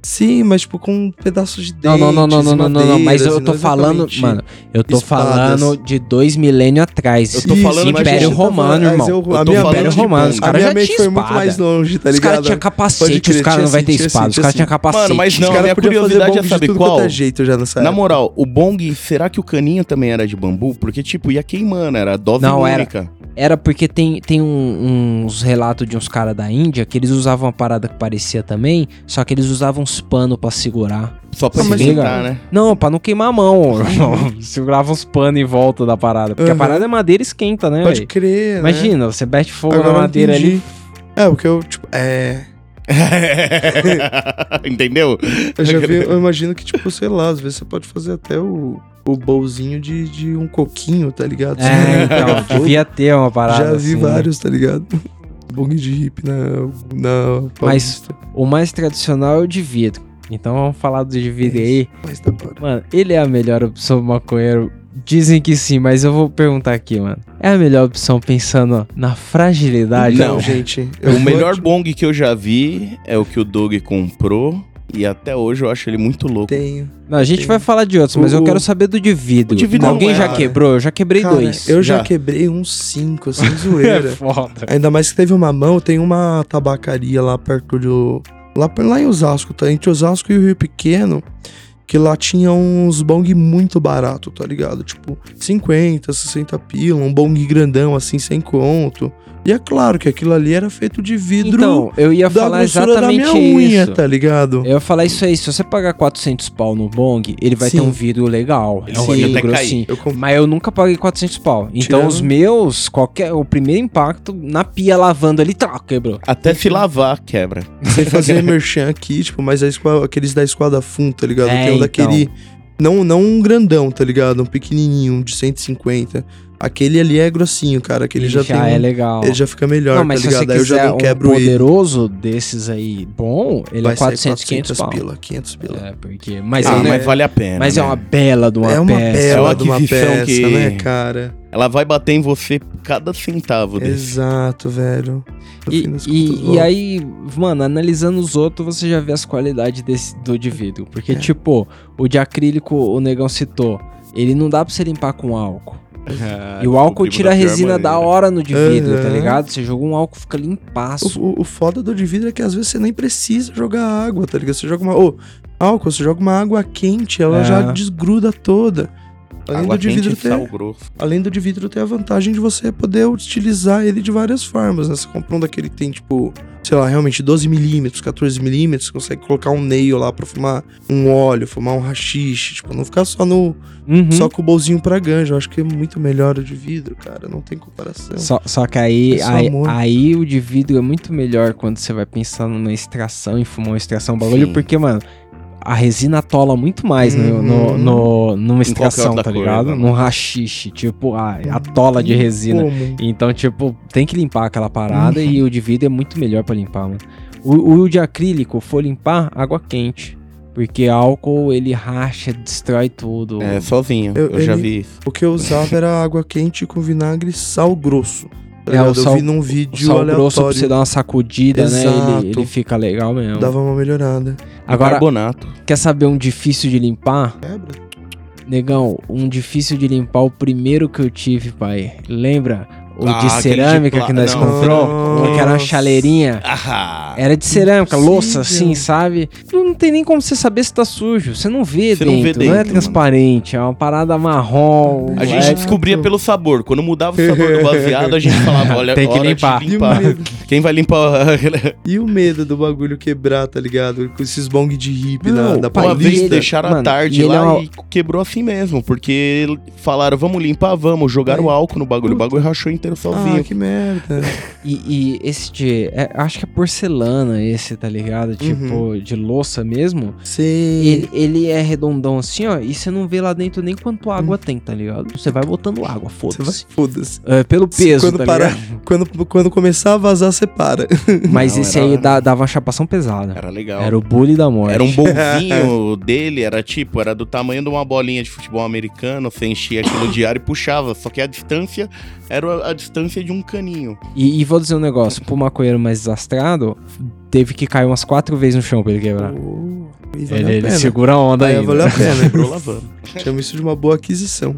[SPEAKER 1] Sim, mas tipo com um pedaço de assim,
[SPEAKER 2] Não,
[SPEAKER 1] dente.
[SPEAKER 2] não, não, não, não, não, não, não, mas eu
[SPEAKER 1] é
[SPEAKER 2] tô falando, mano, eu tô
[SPEAKER 1] espadas.
[SPEAKER 2] falando de dois milênios atrás.
[SPEAKER 3] Eu tô falando de
[SPEAKER 2] Império
[SPEAKER 3] bom.
[SPEAKER 2] Romano, irmão.
[SPEAKER 3] Eu
[SPEAKER 1] a
[SPEAKER 3] tô
[SPEAKER 1] minha
[SPEAKER 2] Império
[SPEAKER 3] falando
[SPEAKER 1] mente, tipo,
[SPEAKER 3] de
[SPEAKER 2] Romano,
[SPEAKER 3] bom.
[SPEAKER 2] os
[SPEAKER 1] a
[SPEAKER 2] caras
[SPEAKER 1] minha
[SPEAKER 2] já tinham
[SPEAKER 1] mente foi muito
[SPEAKER 2] espada.
[SPEAKER 1] mais longe, tá
[SPEAKER 2] os caras
[SPEAKER 1] ligado?
[SPEAKER 2] tinham
[SPEAKER 1] Pode
[SPEAKER 2] capacete,
[SPEAKER 1] crer,
[SPEAKER 2] os caras não
[SPEAKER 1] tinha
[SPEAKER 2] vai ter
[SPEAKER 1] sim, tinha
[SPEAKER 2] espada, os
[SPEAKER 1] sim,
[SPEAKER 2] caras
[SPEAKER 1] tinha
[SPEAKER 2] tinham capacete.
[SPEAKER 3] Mano, mas
[SPEAKER 1] Os
[SPEAKER 3] não,
[SPEAKER 1] caras
[SPEAKER 3] minha
[SPEAKER 1] podiam fazer
[SPEAKER 3] curiosidade é
[SPEAKER 1] bom de
[SPEAKER 3] saber
[SPEAKER 1] tudo
[SPEAKER 3] qual.
[SPEAKER 1] quanto é jeito já nessa
[SPEAKER 3] Na
[SPEAKER 1] época.
[SPEAKER 3] moral, o bong, será que o caninho também era de bambu? Porque, tipo, ia queimando, era dose
[SPEAKER 2] Não, era.
[SPEAKER 3] única.
[SPEAKER 2] Era porque tem, tem um- uns relatos de uns caras da Índia que eles usavam uma parada que parecia também, só que eles usavam uns panos pra segurar.
[SPEAKER 3] Só pra
[SPEAKER 2] Ah,
[SPEAKER 1] tá
[SPEAKER 2] mas
[SPEAKER 3] inventar, né?
[SPEAKER 2] Não, pra não queimar a mão. irmão. Segurava uns panos em volta da parada. Porque a
[SPEAKER 1] Uhum.
[SPEAKER 2] parada é madeira e esquenta, né,
[SPEAKER 1] Pode
[SPEAKER 2] velho?
[SPEAKER 1] crer, né?
[SPEAKER 2] Imagina, você bate fogo
[SPEAKER 1] Agora
[SPEAKER 2] na
[SPEAKER 1] eu
[SPEAKER 2] madeira ali.
[SPEAKER 1] entendi. É, porque eu, tipo, é.
[SPEAKER 3] Entendeu?
[SPEAKER 1] Eu já vi, eu imagino que, tipo, sei lá, às vezes você pode fazer até o, o bolzinho de, de um coquinho, tá ligado?
[SPEAKER 2] É,
[SPEAKER 1] Pegar
[SPEAKER 2] então,
[SPEAKER 1] fogo.
[SPEAKER 2] devia ter uma parada.
[SPEAKER 1] Já vi
[SPEAKER 2] assim, né?
[SPEAKER 1] vários, tá ligado? Bong de hip na. na
[SPEAKER 2] Mas-
[SPEAKER 1] Paulista.
[SPEAKER 2] O mais tradicional é o de vidro. Então vamos falar do de vidro
[SPEAKER 1] É
[SPEAKER 2] aí.
[SPEAKER 1] Mas da hora.
[SPEAKER 2] Mano, ele é a melhor opção pro maconheiro. Dizem que sim, mas eu vou perguntar aqui, mano. É a melhor opção pensando na fragilidade?
[SPEAKER 3] Não.
[SPEAKER 1] gente.
[SPEAKER 3] É O melhor bong que eu já vi é o que o Doug comprou. E até hoje eu acho ele muito louco.
[SPEAKER 1] tenho.
[SPEAKER 2] Não, a gente vai falar de outros, mas eu
[SPEAKER 1] O-
[SPEAKER 2] quero saber do de vidro.
[SPEAKER 3] o de vidro
[SPEAKER 2] Alguém
[SPEAKER 1] não é,
[SPEAKER 2] já
[SPEAKER 1] cara.
[SPEAKER 2] quebrou? Eu já quebrei
[SPEAKER 1] Cara,
[SPEAKER 2] dois.
[SPEAKER 1] Eu já,
[SPEAKER 3] Já.
[SPEAKER 1] quebrei uns cinco, sem
[SPEAKER 2] É
[SPEAKER 1] zoeira.
[SPEAKER 2] foda.
[SPEAKER 1] Ainda mais que teve uma mão, tem uma tabacaria lá perto do. Lá, per- lá em Osasco, tá? Entre Osasco e o Rio Pequeno, que lá tinha uns bong muito barato, tá ligado? Tipo, 50, 60 pila, um bong grandão assim, sem conto. E é claro que aquilo ali era feito de vidro
[SPEAKER 2] Então, eu ia
[SPEAKER 1] da
[SPEAKER 2] falar
[SPEAKER 1] grossura da
[SPEAKER 2] exatamente
[SPEAKER 1] minha unha,
[SPEAKER 2] isso.
[SPEAKER 1] tá ligado?
[SPEAKER 2] Eu ia falar isso aí, se você pagar 400 pau no bong, ele vai
[SPEAKER 1] Sim.
[SPEAKER 2] ter um vidro legal. É um
[SPEAKER 1] Sim.
[SPEAKER 2] vidro
[SPEAKER 1] Até
[SPEAKER 3] cair.
[SPEAKER 2] grossinho.
[SPEAKER 1] Eu comprei.
[SPEAKER 2] Mas eu nunca paguei 400 pau. Então
[SPEAKER 1] Tirando-
[SPEAKER 2] os meus, qualquer, o primeiro impacto na pia lavando ali, tá, quebrou.
[SPEAKER 3] Até se lavar, quebra.
[SPEAKER 1] sem fazer merchan aqui, tipo, mas a esqua- aqueles da Esquadra Fun, tá ligado?
[SPEAKER 2] É,
[SPEAKER 1] que é o
[SPEAKER 2] então.
[SPEAKER 1] daquele. Não, não um grandão, tá ligado? Um pequenininho, um de 150. Aquele ali é grossinho, cara. Aquele
[SPEAKER 2] Ele
[SPEAKER 1] já,
[SPEAKER 2] já,
[SPEAKER 1] tem. um-
[SPEAKER 2] é legal.
[SPEAKER 1] Ele já fica melhor,
[SPEAKER 2] não, mas
[SPEAKER 1] tá
[SPEAKER 2] se você
[SPEAKER 1] ligado? Aí
[SPEAKER 2] quiser
[SPEAKER 1] eu já não quebro
[SPEAKER 2] um
[SPEAKER 1] ele.
[SPEAKER 2] poderoso desses aí, bom, ele
[SPEAKER 1] Vai
[SPEAKER 2] é
[SPEAKER 1] sair
[SPEAKER 2] 400, 500 pau.
[SPEAKER 1] pila, 500 pila.
[SPEAKER 2] É, porque... Mas,
[SPEAKER 3] ah,
[SPEAKER 2] é,
[SPEAKER 3] mas vale a pena.
[SPEAKER 2] mas é
[SPEAKER 3] né?
[SPEAKER 2] uma bela de uma
[SPEAKER 1] É uma
[SPEAKER 2] peça.
[SPEAKER 1] bela
[SPEAKER 3] uma
[SPEAKER 1] de uma
[SPEAKER 3] aquisição
[SPEAKER 1] peça,
[SPEAKER 3] que-
[SPEAKER 1] né, cara?
[SPEAKER 3] Ela vai bater em você cada centavo desse.
[SPEAKER 1] Exato, velho. No
[SPEAKER 2] E,
[SPEAKER 1] fim das
[SPEAKER 2] e-
[SPEAKER 1] contas,
[SPEAKER 2] e
[SPEAKER 1] volta.
[SPEAKER 2] aí, mano, analisando os outros, você já vê as qualidades desse, do de vidro. Porque,
[SPEAKER 1] É.
[SPEAKER 2] tipo, o de acrílico, o negão citou, ele não dá pra você limpar com álcool.
[SPEAKER 3] Ah,
[SPEAKER 2] e Ah,
[SPEAKER 3] tipo,
[SPEAKER 2] o
[SPEAKER 3] um
[SPEAKER 2] álcool tira a resina da hora no de vidro, tá
[SPEAKER 1] Aham.
[SPEAKER 2] ligado? Você joga um álcool, fica limpaço.
[SPEAKER 1] O, o- o foda do de vidro é que às vezes você nem precisa jogar água, tá ligado? Você joga uma. Ô, álcool, você joga uma água quente, ela
[SPEAKER 2] É.
[SPEAKER 1] já desgruda toda. Além
[SPEAKER 3] Água
[SPEAKER 1] do de
[SPEAKER 3] quente
[SPEAKER 1] vidro
[SPEAKER 3] e
[SPEAKER 1] ter.
[SPEAKER 3] sal grosso.
[SPEAKER 1] Além do de vidro ter a vantagem de você poder utilizar ele de várias formas, né? Você compra um daquele que tem, tipo, sei lá, realmente 12 milímetros, 14 milímetros, você consegue colocar um nail lá pra fumar um óleo, fumar um rachixe, tipo, não ficar só no.
[SPEAKER 2] Uhum.
[SPEAKER 1] só com o bolzinho pra ganja. Eu acho que é muito melhor o de vidro, cara. Não tem comparação.
[SPEAKER 2] Só, só que aí,
[SPEAKER 1] É só
[SPEAKER 2] aí,
[SPEAKER 1] amor.
[SPEAKER 2] aí o de vidro é muito melhor quando você vai pensar numa extração e fumar uma extração, um bagulho,
[SPEAKER 3] Sim.
[SPEAKER 2] porque, mano, a resina atola muito mais no, no,
[SPEAKER 1] Uhum.
[SPEAKER 2] no- numa
[SPEAKER 3] Em qualquer
[SPEAKER 2] extração,
[SPEAKER 3] outra
[SPEAKER 2] tá
[SPEAKER 3] coisa,
[SPEAKER 2] ligado?
[SPEAKER 3] né?
[SPEAKER 2] Num rachixe, tipo, a,
[SPEAKER 1] Uhum.
[SPEAKER 2] a tola de
[SPEAKER 1] Não tem
[SPEAKER 2] resina.
[SPEAKER 1] como.
[SPEAKER 2] Então, tipo, tem que limpar aquela parada e o de vidro é muito melhor pra limpar, mano. O, o de acrílico, for limpar, água quente. Porque álcool, ele racha, destrói tudo.
[SPEAKER 3] É, sozinho.
[SPEAKER 1] Eu-
[SPEAKER 3] Eu, já
[SPEAKER 1] ele-
[SPEAKER 3] vi isso.
[SPEAKER 1] O que eu usava era água quente com vinagre e sal grosso. Tá
[SPEAKER 2] É, o
[SPEAKER 1] ligado?
[SPEAKER 2] sal-
[SPEAKER 1] eu vi num
[SPEAKER 2] O
[SPEAKER 1] vídeo
[SPEAKER 2] sal grosso pra
[SPEAKER 1] aleatório.
[SPEAKER 2] você um dar uma sacudida, né?
[SPEAKER 1] Exato.
[SPEAKER 2] Ele, ele fica legal mesmo.
[SPEAKER 1] Dava uma melhorada.
[SPEAKER 2] Agora,
[SPEAKER 3] Carbonato.
[SPEAKER 2] quer saber um difícil de limpar?
[SPEAKER 1] Quebra?
[SPEAKER 2] Negão, um difícil de limpar, o primeiro que eu tive, pai. Lembra? O
[SPEAKER 3] Ah,
[SPEAKER 2] de
[SPEAKER 3] aquele de
[SPEAKER 2] cerâmica
[SPEAKER 3] pla-
[SPEAKER 2] que nós
[SPEAKER 3] não,
[SPEAKER 2] comprou?
[SPEAKER 1] não.
[SPEAKER 2] Que era uma chaleirinha.
[SPEAKER 3] Ah!
[SPEAKER 2] Era de cerâmica,
[SPEAKER 1] Impossível.
[SPEAKER 2] louça assim, sabe? Não, não tem nem como você saber se tá sujo. Você não vê,
[SPEAKER 3] Você
[SPEAKER 2] dentro,
[SPEAKER 3] não
[SPEAKER 2] não,
[SPEAKER 3] vê dentro,
[SPEAKER 2] é
[SPEAKER 3] mano.
[SPEAKER 2] transparente, é uma parada marrom.
[SPEAKER 3] A
[SPEAKER 2] é-
[SPEAKER 3] gente descobria pelo sabor. Quando mudava o sabor do baseado, a gente falava, olha,
[SPEAKER 2] Tem que
[SPEAKER 3] hora de
[SPEAKER 2] limpar.
[SPEAKER 1] E o, medo,
[SPEAKER 3] Quem vai limpar...
[SPEAKER 1] e o medo do bagulho quebrar, tá ligado? Com esses bong de hippie
[SPEAKER 2] Não,
[SPEAKER 1] da, da
[SPEAKER 2] pai,
[SPEAKER 3] Uma
[SPEAKER 1] Paulista.
[SPEAKER 3] vez
[SPEAKER 2] ele-
[SPEAKER 3] deixaram
[SPEAKER 2] mano,
[SPEAKER 3] à tarde
[SPEAKER 2] e ele
[SPEAKER 3] lá
[SPEAKER 2] é uma-
[SPEAKER 3] e quebrou assim mesmo, porque falaram, vamos limpar, vamos, jogaram
[SPEAKER 1] É.
[SPEAKER 3] o álcool no bagulho, o bagulho rachou inteiro
[SPEAKER 1] Ah,
[SPEAKER 3] sozinho.
[SPEAKER 1] que merda.
[SPEAKER 2] E, e esse de. é, acho que é porcelana esse, tá
[SPEAKER 1] Uhum.
[SPEAKER 2] ligado? Tipo, de louça mesmo.
[SPEAKER 1] Sei.
[SPEAKER 2] Ele, ele é redondão assim, ó. E você não vê lá dentro nem quanto água tem, tá ligado? Você vai botando água,
[SPEAKER 1] Hum. Você vai,
[SPEAKER 2] foda-se.
[SPEAKER 1] foda-se.
[SPEAKER 2] É, pelo
[SPEAKER 1] Se
[SPEAKER 2] peso,
[SPEAKER 1] quando
[SPEAKER 2] tá
[SPEAKER 1] parar-
[SPEAKER 2] ligado?
[SPEAKER 1] Quando, quando começar a vazar, você para.
[SPEAKER 2] Mas
[SPEAKER 3] Não,
[SPEAKER 2] esse
[SPEAKER 3] era-
[SPEAKER 2] aí dá- dava uma chapação pesada.
[SPEAKER 3] Era legal.
[SPEAKER 2] Era o bullying da morte.
[SPEAKER 3] É, Era um bolzinho dele, era tipo, era do tamanho de uma bolinha de futebol americano, você enchia aquilo de ar e puxava. Só que a distância era a distância de um caninho.
[SPEAKER 2] E, e vou dizer um negócio, pro maconheiro mais desastrado, teve que cair umas quatro vezes no chão pra ele quebrar.
[SPEAKER 1] Oh, e valeu
[SPEAKER 2] Ele,
[SPEAKER 1] a
[SPEAKER 2] ele
[SPEAKER 1] pena.
[SPEAKER 2] segura né? a onda
[SPEAKER 1] Aí
[SPEAKER 2] ainda.
[SPEAKER 1] valeu a pena.
[SPEAKER 3] Quebrou lavando.
[SPEAKER 1] Chama isso de uma boa aquisição.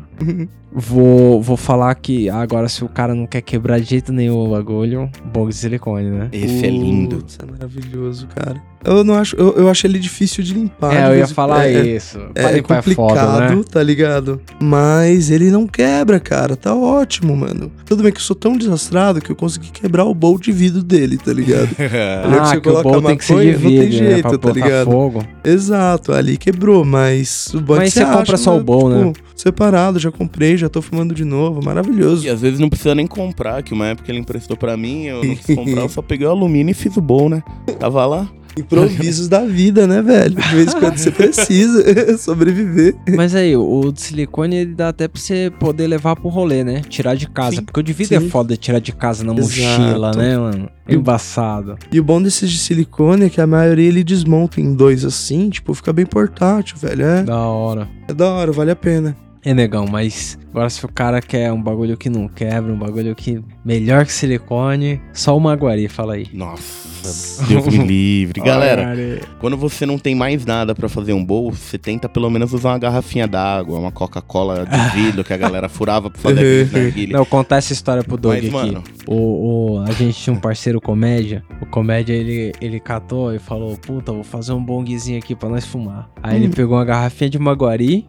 [SPEAKER 2] Vou, vou falar que agora se o cara não quer quebrar de jeito nenhum o bagulho, bom de silicone, né?
[SPEAKER 3] Esse é lindo.
[SPEAKER 1] Putz, é maravilhoso, cara. Eu não acho, eu, eu acho ele difícil de limpar.
[SPEAKER 2] é,
[SPEAKER 1] de
[SPEAKER 2] eu ia
[SPEAKER 1] vez em-
[SPEAKER 2] falar
[SPEAKER 1] é, é-
[SPEAKER 2] isso.
[SPEAKER 1] É,
[SPEAKER 2] Falei que
[SPEAKER 1] complicado,
[SPEAKER 2] foda, né?
[SPEAKER 1] tá ligado? Mas ele não quebra, cara. Tá ótimo, mano. Tudo bem que eu sou tão desastrado que eu consegui quebrar o bowl de vidro dele, tá ligado? Olha que
[SPEAKER 2] Ah,
[SPEAKER 1] você
[SPEAKER 2] que o
[SPEAKER 1] coloca
[SPEAKER 2] bolo tem que ser de
[SPEAKER 1] maconha, não tem
[SPEAKER 2] vidro, né?
[SPEAKER 1] jeito,
[SPEAKER 2] Pra
[SPEAKER 1] tá
[SPEAKER 2] botar
[SPEAKER 1] ligado?
[SPEAKER 2] fogo.
[SPEAKER 1] Exato, ali quebrou, mas o bud
[SPEAKER 2] Mas você compra só o bowl, né?
[SPEAKER 1] tipo, Separado, já comprei, já tô fumando de novo. Maravilhoso.
[SPEAKER 3] E às vezes não precisa nem comprar, que uma época ele emprestou pra mim, eu não quis comprar, eu só peguei o alumínio e fiz o bom, né? Tava lá.
[SPEAKER 1] Improvisos da vida, né, velho? De vez em quando você precisa sobreviver.
[SPEAKER 2] Mas aí, o de silicone ele dá até pra você poder levar pro rolê, né? Tirar de casa.
[SPEAKER 1] Sim,
[SPEAKER 2] porque o de vidro
[SPEAKER 1] sim.
[SPEAKER 2] é foda tirar de casa na
[SPEAKER 1] Exato.
[SPEAKER 2] mochila, né, mano? Embaçado.
[SPEAKER 1] E o bom desses de silicone é que a maioria ele desmonta em dois assim, tipo, fica bem portátil, velho. É,
[SPEAKER 2] Da hora.
[SPEAKER 1] é da hora, vale a pena.
[SPEAKER 2] É negão, mas agora se o cara quer um bagulho que não quebra, um bagulho que melhor que silicone, só o Maguari, fala aí.
[SPEAKER 3] Nossa, Deus me livre. Galera, quando você não tem mais nada pra fazer um bowl, você tenta pelo menos usar uma garrafinha d'água, uma Coca-Cola de vidro que a galera furava pra fazer aquele narguilha.
[SPEAKER 2] Não, contar essa história pro Doug
[SPEAKER 3] Mas,
[SPEAKER 2] aqui.
[SPEAKER 3] mano,
[SPEAKER 2] O, o- a gente tinha um parceiro comédia. O comédia ele, ele catou e falou: Puta, vou fazer um bonguezinho aqui pra nós fumar. Aí
[SPEAKER 1] Hum.
[SPEAKER 2] ele pegou uma garrafinha de Maguari,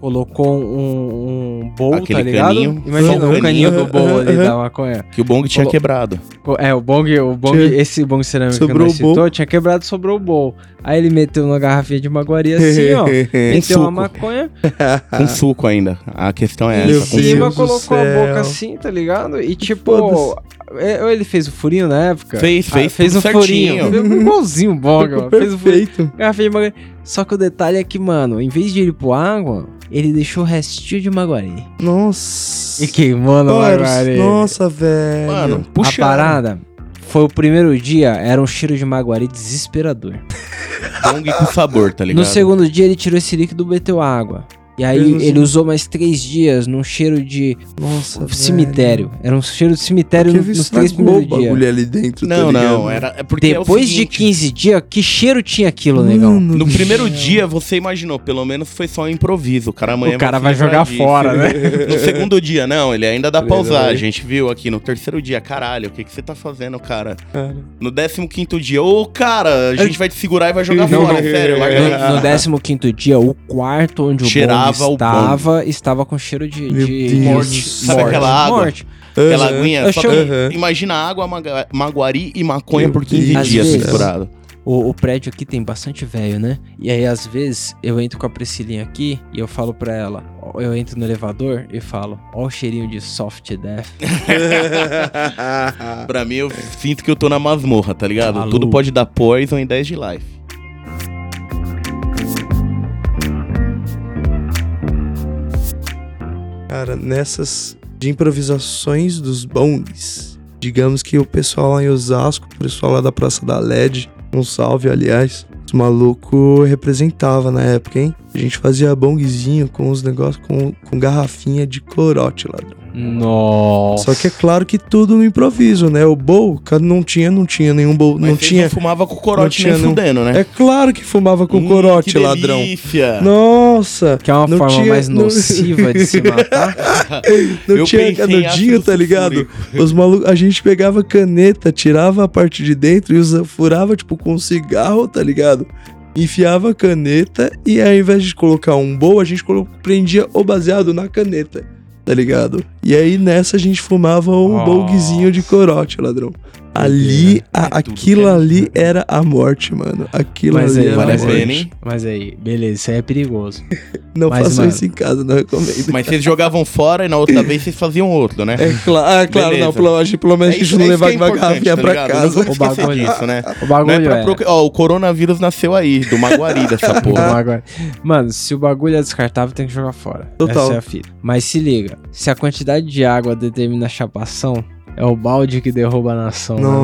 [SPEAKER 2] colocou um, um bowl,
[SPEAKER 3] Aquele
[SPEAKER 2] tá ligado?
[SPEAKER 3] caninho.
[SPEAKER 2] Imagina,
[SPEAKER 1] Só
[SPEAKER 2] um
[SPEAKER 1] o caninho.
[SPEAKER 2] caninho, do bowl ali
[SPEAKER 1] Aham,
[SPEAKER 2] da maconha.
[SPEAKER 3] que o bong tinha
[SPEAKER 2] Ô,
[SPEAKER 3] quebrado.
[SPEAKER 2] Co- É, o bong, o bong
[SPEAKER 1] Tinha-
[SPEAKER 2] esse bong cerâmico que
[SPEAKER 1] Sobrou
[SPEAKER 2] nós
[SPEAKER 1] o bowl.
[SPEAKER 2] citou, tinha quebrado, sobrou o bowl. Aí ele meteu numa garrafinha de Maguari assim, ó. Meteu uma
[SPEAKER 3] suco.
[SPEAKER 2] maconha Ah.
[SPEAKER 3] Com suco ainda. A questão é
[SPEAKER 1] Meu
[SPEAKER 2] em
[SPEAKER 3] essa. com
[SPEAKER 1] Deus
[SPEAKER 2] cima,
[SPEAKER 1] do
[SPEAKER 2] colocou a
[SPEAKER 1] céu.
[SPEAKER 2] boca assim, tá ligado? E tipo, é, ele fez o furinho na época.
[SPEAKER 3] Fez,
[SPEAKER 2] Ah,
[SPEAKER 3] fez,
[SPEAKER 2] fez
[SPEAKER 3] tudo
[SPEAKER 2] um furinho.
[SPEAKER 3] certinho.
[SPEAKER 2] Fez um igualzinho o Boga, ó. fez o furinho.
[SPEAKER 1] Perfeito.
[SPEAKER 2] Garrafinha de maguari. Só que o detalhe é que, mano, em vez de ele ir pro água, ele deixou o restinho de maguari.
[SPEAKER 1] Nossa.
[SPEAKER 2] E queimou no
[SPEAKER 1] Claro,
[SPEAKER 2] maguari.
[SPEAKER 1] Nossa, velho.
[SPEAKER 3] Mano,
[SPEAKER 2] a
[SPEAKER 3] puxa.
[SPEAKER 2] parada foi o primeiro dia, era um cheiro de maguari desesperador.
[SPEAKER 3] Bong com sabor, tá ligado?
[SPEAKER 2] No segundo dia, ele tirou esse líquido, meteu água. E aí
[SPEAKER 1] Mesmo
[SPEAKER 2] ele
[SPEAKER 1] assim.
[SPEAKER 2] usou mais três dias num cheiro de
[SPEAKER 1] Nossa,
[SPEAKER 2] cemitério. Era um cheiro de cemitério
[SPEAKER 1] Porque
[SPEAKER 2] no- nos três
[SPEAKER 1] estragou
[SPEAKER 2] primeiros
[SPEAKER 1] o
[SPEAKER 2] dias.
[SPEAKER 1] bagulho ali dentro, tá
[SPEAKER 3] Não,
[SPEAKER 1] ligado?
[SPEAKER 3] não, era, é porque é o
[SPEAKER 2] Depois de
[SPEAKER 3] seguinte,
[SPEAKER 2] 15 dias, que cheiro tinha aquilo, negão?
[SPEAKER 1] Mano
[SPEAKER 3] No
[SPEAKER 1] do
[SPEAKER 3] primeiro
[SPEAKER 1] céu.
[SPEAKER 3] dia você imaginou, pelo menos foi só um improviso. O cara amanhã
[SPEAKER 2] o cara vai
[SPEAKER 3] se livrar
[SPEAKER 2] jogar
[SPEAKER 3] disso.
[SPEAKER 2] fora, né?
[SPEAKER 3] No segundo dia, não, ele ainda dá pra
[SPEAKER 1] Beleza,
[SPEAKER 3] usar.
[SPEAKER 1] aí.
[SPEAKER 3] A gente viu aqui no terceiro dia, caralho, o que, que você tá fazendo, cara?
[SPEAKER 1] Cara.
[SPEAKER 3] No décimo quinto dia, ô cara, a gente vai te segurar e vai jogar
[SPEAKER 1] Não,
[SPEAKER 3] fora,
[SPEAKER 1] não.
[SPEAKER 3] sério. larga
[SPEAKER 1] É.
[SPEAKER 3] isso.
[SPEAKER 2] No, no 15 dia, o quarto onde o
[SPEAKER 3] Cheirava
[SPEAKER 2] Cheirava
[SPEAKER 3] o
[SPEAKER 2] estava, estava com cheiro de,
[SPEAKER 1] Meu
[SPEAKER 2] de
[SPEAKER 1] Deus.
[SPEAKER 2] morte.
[SPEAKER 1] Sabe
[SPEAKER 2] morte,
[SPEAKER 3] aquela água?
[SPEAKER 2] morte.
[SPEAKER 3] Aquela
[SPEAKER 1] Aham.
[SPEAKER 3] aguinha,
[SPEAKER 2] Eu
[SPEAKER 3] só que
[SPEAKER 1] chamo-
[SPEAKER 3] imagina água, maga- maguari e maconha
[SPEAKER 1] Meu
[SPEAKER 3] por 15
[SPEAKER 2] Deus.
[SPEAKER 3] dias
[SPEAKER 2] Às vezes.
[SPEAKER 3] misturado.
[SPEAKER 2] O, o prédio aqui tem bastante velho, né? E aí, às vezes, eu entro com a Priscilinha aqui e eu falo pra ela, ó, eu entro no elevador e falo, ó o cheirinho de soft death.
[SPEAKER 3] Pra mim, eu sinto que eu tô na masmorra, tá ligado?
[SPEAKER 2] Maluco.
[SPEAKER 3] Tudo pode dar poison em 10 de life.
[SPEAKER 1] Cara, nessas de improvisações dos bongs, digamos que o pessoal lá em Osasco, o pessoal lá da Praça da LED, um salve, aliás, os maluco representava na época, hein? A gente fazia bongzinho com os negócios, com, com garrafinha de corote, ladrão.
[SPEAKER 2] Nossa.
[SPEAKER 1] Só que é claro que tudo no improviso, né? O bowl, cara, não tinha, não tinha nenhum bowl,
[SPEAKER 3] Mas
[SPEAKER 1] não
[SPEAKER 3] vocês
[SPEAKER 1] tinha.
[SPEAKER 3] Não fumava com o corote
[SPEAKER 1] não
[SPEAKER 3] nem
[SPEAKER 1] tinha, não.
[SPEAKER 3] fudendo, né?
[SPEAKER 1] É claro que fumava com
[SPEAKER 3] Hum,
[SPEAKER 1] corote,
[SPEAKER 3] que
[SPEAKER 1] ladrão.
[SPEAKER 3] delícia.
[SPEAKER 1] Nossa!
[SPEAKER 2] Que é uma
[SPEAKER 1] Não
[SPEAKER 2] forma
[SPEAKER 1] tinha-
[SPEAKER 2] mais
[SPEAKER 1] não-
[SPEAKER 2] nociva de se matar.
[SPEAKER 1] Não
[SPEAKER 3] Eu
[SPEAKER 1] tinha
[SPEAKER 3] pensei em
[SPEAKER 1] canudinho,
[SPEAKER 3] ácido
[SPEAKER 1] tá ligado?
[SPEAKER 3] sulfúrico.
[SPEAKER 1] Os malucos. A gente pegava caneta, tirava a parte de dentro e usa, furava, tipo, com um cigarro, tá ligado? Enfiava a caneta e ao invés de colocar um bowl, a gente colo- prendia o baseado na caneta, tá ligado? E aí nessa a gente fumava um
[SPEAKER 2] Nossa.
[SPEAKER 1] bolguezinho de corote, ladrão. Ali, a-
[SPEAKER 3] É tudo que
[SPEAKER 1] aquilo
[SPEAKER 3] é
[SPEAKER 1] ali
[SPEAKER 3] isso, né?
[SPEAKER 1] era a morte, mano. Aquilo
[SPEAKER 2] Mas
[SPEAKER 1] ali
[SPEAKER 2] aí,
[SPEAKER 1] era a
[SPEAKER 3] Parece
[SPEAKER 2] mas
[SPEAKER 1] morte.
[SPEAKER 3] bem,
[SPEAKER 2] aí,
[SPEAKER 3] hein?
[SPEAKER 2] mas aí, beleza, isso aí é perigoso.
[SPEAKER 1] Não
[SPEAKER 2] Mas,
[SPEAKER 1] façam
[SPEAKER 2] mano-
[SPEAKER 1] isso em casa, não recomendo.
[SPEAKER 3] Mas vocês jogavam fora e na outra vez vocês faziam outro, né?
[SPEAKER 1] É claro, é claro
[SPEAKER 3] Beleza.
[SPEAKER 1] não, pelo, acho que pelo
[SPEAKER 3] É
[SPEAKER 1] menos a gente não levar
[SPEAKER 3] que
[SPEAKER 1] uma
[SPEAKER 3] importante,
[SPEAKER 1] garrafinha
[SPEAKER 3] tá
[SPEAKER 1] pra
[SPEAKER 3] ligado?
[SPEAKER 1] casa.
[SPEAKER 3] Nunca vou
[SPEAKER 2] O
[SPEAKER 3] esquecer
[SPEAKER 2] bagulho.
[SPEAKER 3] disso, né?
[SPEAKER 2] O
[SPEAKER 3] Não é
[SPEAKER 2] bagulho
[SPEAKER 3] pra
[SPEAKER 2] é.
[SPEAKER 3] proc- Ó, o coronavírus nasceu aí, do Maguari dessa
[SPEAKER 2] Pô,
[SPEAKER 3] porra.
[SPEAKER 2] mas agora- Mano, se o bagulho é descartável, tem que jogar fora.
[SPEAKER 1] Total.
[SPEAKER 2] Essa é a fita. Mas se liga, se a quantidade de água determina a chapação, é o balde que derruba a nação. né, Não.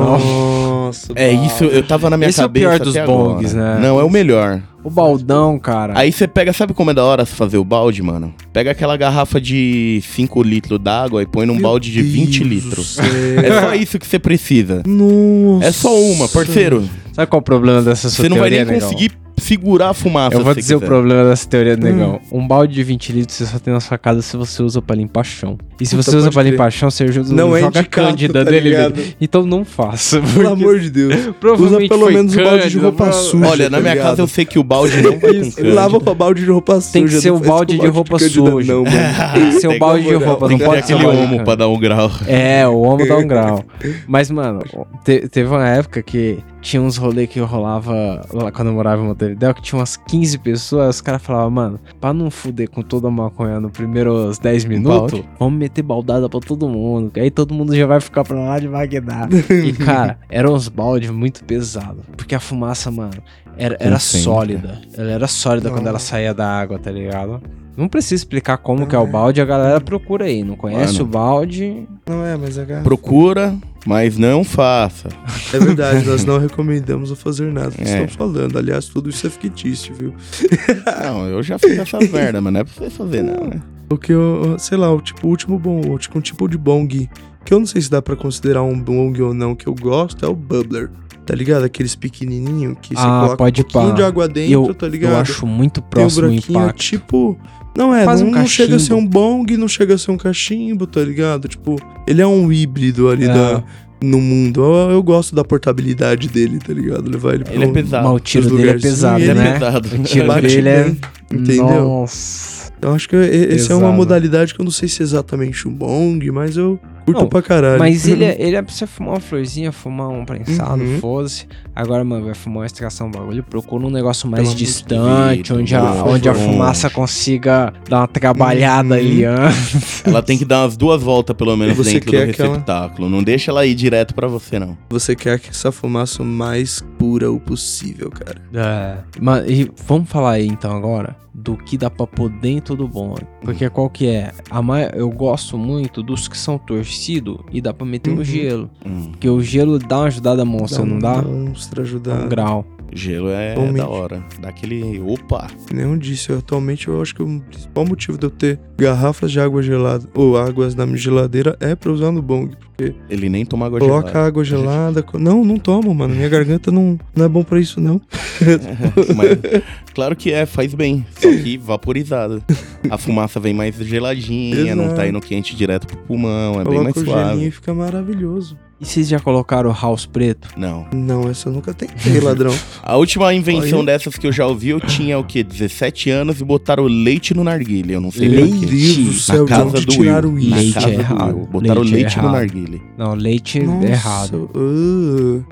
[SPEAKER 1] Nossa.
[SPEAKER 3] É isso, eu tava na minha
[SPEAKER 2] Esse é o
[SPEAKER 3] cabeça.
[SPEAKER 2] pior dos
[SPEAKER 3] até
[SPEAKER 2] bongs,
[SPEAKER 3] agora.
[SPEAKER 2] né?
[SPEAKER 3] Não, é o melhor.
[SPEAKER 2] O baldão, cara.
[SPEAKER 3] Aí você pega, sabe como é da hora fazer o balde, mano? Pega aquela garrafa de 5 litros d'água e põe num balde de 20 litros. É só isso que você precisa.
[SPEAKER 1] Nossa.
[SPEAKER 3] É só uma, parceiro.
[SPEAKER 2] Sabe qual é o problema dessa sua
[SPEAKER 3] Você não vai
[SPEAKER 2] teoria,
[SPEAKER 3] nem
[SPEAKER 2] negão?
[SPEAKER 3] conseguir segurar a fumaça.
[SPEAKER 2] Eu vou
[SPEAKER 3] se
[SPEAKER 2] dizer o
[SPEAKER 3] quiser.
[SPEAKER 2] problema dessa teoria
[SPEAKER 1] Hum.
[SPEAKER 2] do negão. Um balde de 20 litros você só tem na sua casa se você usa pra limpar chão. E se
[SPEAKER 1] Puta,
[SPEAKER 2] você usa
[SPEAKER 1] pode
[SPEAKER 2] pra
[SPEAKER 1] crer.
[SPEAKER 2] limpar chão, você joga,
[SPEAKER 1] Não é
[SPEAKER 2] joga
[SPEAKER 1] indicado,
[SPEAKER 2] cândida
[SPEAKER 1] tá
[SPEAKER 2] dele.
[SPEAKER 1] ligado?
[SPEAKER 2] mesmo. Então não faça. porque
[SPEAKER 1] Pelo amor de Deus. Usa
[SPEAKER 2] provavelmente
[SPEAKER 1] pelo
[SPEAKER 2] foi
[SPEAKER 1] menos o balde de
[SPEAKER 2] cândida,
[SPEAKER 1] roupa
[SPEAKER 2] prova-
[SPEAKER 1] suja.
[SPEAKER 3] Olha, na
[SPEAKER 1] tá
[SPEAKER 3] minha
[SPEAKER 1] ligado?
[SPEAKER 3] casa eu sei que o balde não vai com cândida.
[SPEAKER 1] Lava pra balde de roupa suja.
[SPEAKER 2] Tem que ser
[SPEAKER 1] não
[SPEAKER 2] o
[SPEAKER 1] faz
[SPEAKER 2] balde
[SPEAKER 1] com
[SPEAKER 2] de roupa
[SPEAKER 1] de cândida,
[SPEAKER 2] suja.
[SPEAKER 1] Não, mano.
[SPEAKER 2] Tem que ser
[SPEAKER 3] Tem
[SPEAKER 2] o balde de
[SPEAKER 1] como olhar.
[SPEAKER 2] roupa,
[SPEAKER 3] Tem
[SPEAKER 2] não
[SPEAKER 3] que ter
[SPEAKER 2] pode ser
[SPEAKER 3] aquele
[SPEAKER 2] balde de
[SPEAKER 3] homo
[SPEAKER 2] cândida.
[SPEAKER 3] pra dar um grau.
[SPEAKER 2] É, o homo dá um grau. Mas, mano, te- teve uma época que tinha uns rolês que eu rolava lá quando eu morava em Montevideo, que tinha umas 15 pessoas, os caras falavam, mano, pra não fuder com toda a maconha nos primeiros 10 minutos, vamos meter baldada pra todo mundo, que aí todo mundo já vai ficar pra lá de Bagdá. e, cara, eram uns baldes muito pesados, porque a fumaça, mano, era, era
[SPEAKER 3] Concentra.
[SPEAKER 2] sólida. Ela era sólida quando ela
[SPEAKER 1] Nossa.
[SPEAKER 2] saía da água, tá ligado? Não precisa explicar como que é o balde, a galera procura aí. Não conhece
[SPEAKER 3] Mano.
[SPEAKER 2] o balde,
[SPEAKER 1] não é, mas é garrafa.
[SPEAKER 3] Procura, mas não faça.
[SPEAKER 1] É verdade, nós não recomendamos o fazer nada que
[SPEAKER 3] É.
[SPEAKER 1] estão falando. Aliás, tudo isso é fictício, viu?
[SPEAKER 3] Não, eu já fiz essa merda, mas não é pra você fazer, não, né?
[SPEAKER 1] Porque, eu, sei lá, o tipo, o último bom, o tipo, um tipo de bong, que eu não sei se dá pra considerar um bong ou não, que eu gosto, é o bubbler. Tá ligado? Aqueles pequenininho que você
[SPEAKER 2] Ah,
[SPEAKER 1] coloca
[SPEAKER 2] pode
[SPEAKER 1] um pouquinho
[SPEAKER 2] pá.
[SPEAKER 1] de água dentro, tá ligado?
[SPEAKER 2] Eu acho muito
[SPEAKER 1] Tem um
[SPEAKER 2] próximo o
[SPEAKER 1] buraquinho,
[SPEAKER 2] impacto.
[SPEAKER 1] tipo... Não é,
[SPEAKER 2] Faz
[SPEAKER 1] não,
[SPEAKER 2] um
[SPEAKER 1] não chega a
[SPEAKER 2] cachimbo.
[SPEAKER 1] ser um bong, não chega a ser um cachimbo, tá ligado? Tipo, ele é um híbrido ali
[SPEAKER 2] É.
[SPEAKER 1] da, no mundo. Eu, eu gosto da portabilidade dele, tá ligado? Levar ele pra
[SPEAKER 3] Ele é
[SPEAKER 1] um-
[SPEAKER 3] pesado.
[SPEAKER 2] Mas o tiro
[SPEAKER 1] Os
[SPEAKER 2] dele é
[SPEAKER 1] lugarzinhos,
[SPEAKER 2] pesado,
[SPEAKER 1] ele é
[SPEAKER 2] né?
[SPEAKER 3] pesado.
[SPEAKER 2] O tiro
[SPEAKER 1] Bate
[SPEAKER 2] dele é...
[SPEAKER 1] bem, entendeu?
[SPEAKER 2] Nossa.
[SPEAKER 1] Então acho que e- essa é uma
[SPEAKER 2] Pesado.
[SPEAKER 1] modalidade que eu não sei se é exatamente um bong, mas eu curto
[SPEAKER 2] Não,
[SPEAKER 1] pra caralho.
[SPEAKER 2] Mas ele é, ele é pra você fumar uma florzinha, fumar um prensado,
[SPEAKER 1] Uhum.
[SPEAKER 2] foda-se. Agora, mano, vai fumar uma extração, um bagulho. Procura um negócio mais
[SPEAKER 1] Pelo amor de
[SPEAKER 2] distante,
[SPEAKER 3] Deus,
[SPEAKER 2] onde, a,
[SPEAKER 3] por
[SPEAKER 2] onde a
[SPEAKER 3] favor.
[SPEAKER 2] fumaça consiga dar uma
[SPEAKER 1] Uhum.
[SPEAKER 2] trabalhada ali. né? antes.
[SPEAKER 3] Ela tem que dar umas duas voltas, pelo menos,
[SPEAKER 1] Você
[SPEAKER 3] dentro do
[SPEAKER 1] quer aquela-
[SPEAKER 3] receptáculo. Não deixa ela ir direto pra você, não.
[SPEAKER 1] Você quer que essa fumaça o mais pura o possível, cara.
[SPEAKER 2] É. Mas, e vamos falar aí então agora do que dá pra pôr dentro do bong. Porque qual que é? A mai- Eu gosto muito dos que são torcidos e dá pra meter
[SPEAKER 1] Uhum.
[SPEAKER 2] no gelo.
[SPEAKER 3] Hum,
[SPEAKER 2] Porque o gelo dá uma ajudada monstra, não dá?
[SPEAKER 1] um Monstro
[SPEAKER 2] Dá
[SPEAKER 1] ajudar.
[SPEAKER 2] um grau.
[SPEAKER 3] gelo é
[SPEAKER 1] Realmente.
[SPEAKER 3] da hora. Dá aquele... Opa!
[SPEAKER 1] Que nem eu disse, eu, atualmente eu acho que o principal motivo de eu ter garrafas de água gelada ou águas na minha geladeira é pra usar no bong. Porque
[SPEAKER 3] Ele nem toma água
[SPEAKER 1] coloca
[SPEAKER 3] gelada.
[SPEAKER 1] água gelada. co- Não, não tomo, mano. Minha garganta não, não é bom pra isso, não.
[SPEAKER 3] Tá Mas, claro que é, faz bem. Só que vaporizado. A fumaça vem mais geladinha, não tá
[SPEAKER 1] Exato.
[SPEAKER 3] indo quente direto pro pulmão, é bem mais
[SPEAKER 1] Coloca o gelinho
[SPEAKER 3] suave.
[SPEAKER 1] e fica maravilhoso.
[SPEAKER 2] E vocês já colocaram o house preto?
[SPEAKER 3] Não.
[SPEAKER 1] Não, essa eu nunca tentei, ladrão.
[SPEAKER 3] A última invenção
[SPEAKER 1] Olha.
[SPEAKER 3] dessas que eu já ouvi, eu tinha o quê? 17 anos e botaram leite no narguile. Eu não sei
[SPEAKER 2] Leite?
[SPEAKER 1] Meu
[SPEAKER 3] pra quê.
[SPEAKER 1] Deus do céu, de
[SPEAKER 3] Na casa
[SPEAKER 1] onde
[SPEAKER 3] do
[SPEAKER 1] tiraram
[SPEAKER 3] Will.
[SPEAKER 1] isso?
[SPEAKER 3] Na
[SPEAKER 2] Leite
[SPEAKER 3] casa
[SPEAKER 2] é
[SPEAKER 3] do
[SPEAKER 2] errado.
[SPEAKER 3] Will. Botaram
[SPEAKER 2] Leite é
[SPEAKER 3] leite, no
[SPEAKER 2] errado.
[SPEAKER 3] narguile.
[SPEAKER 1] Ah,
[SPEAKER 2] Não, leite é errado.
[SPEAKER 1] uh.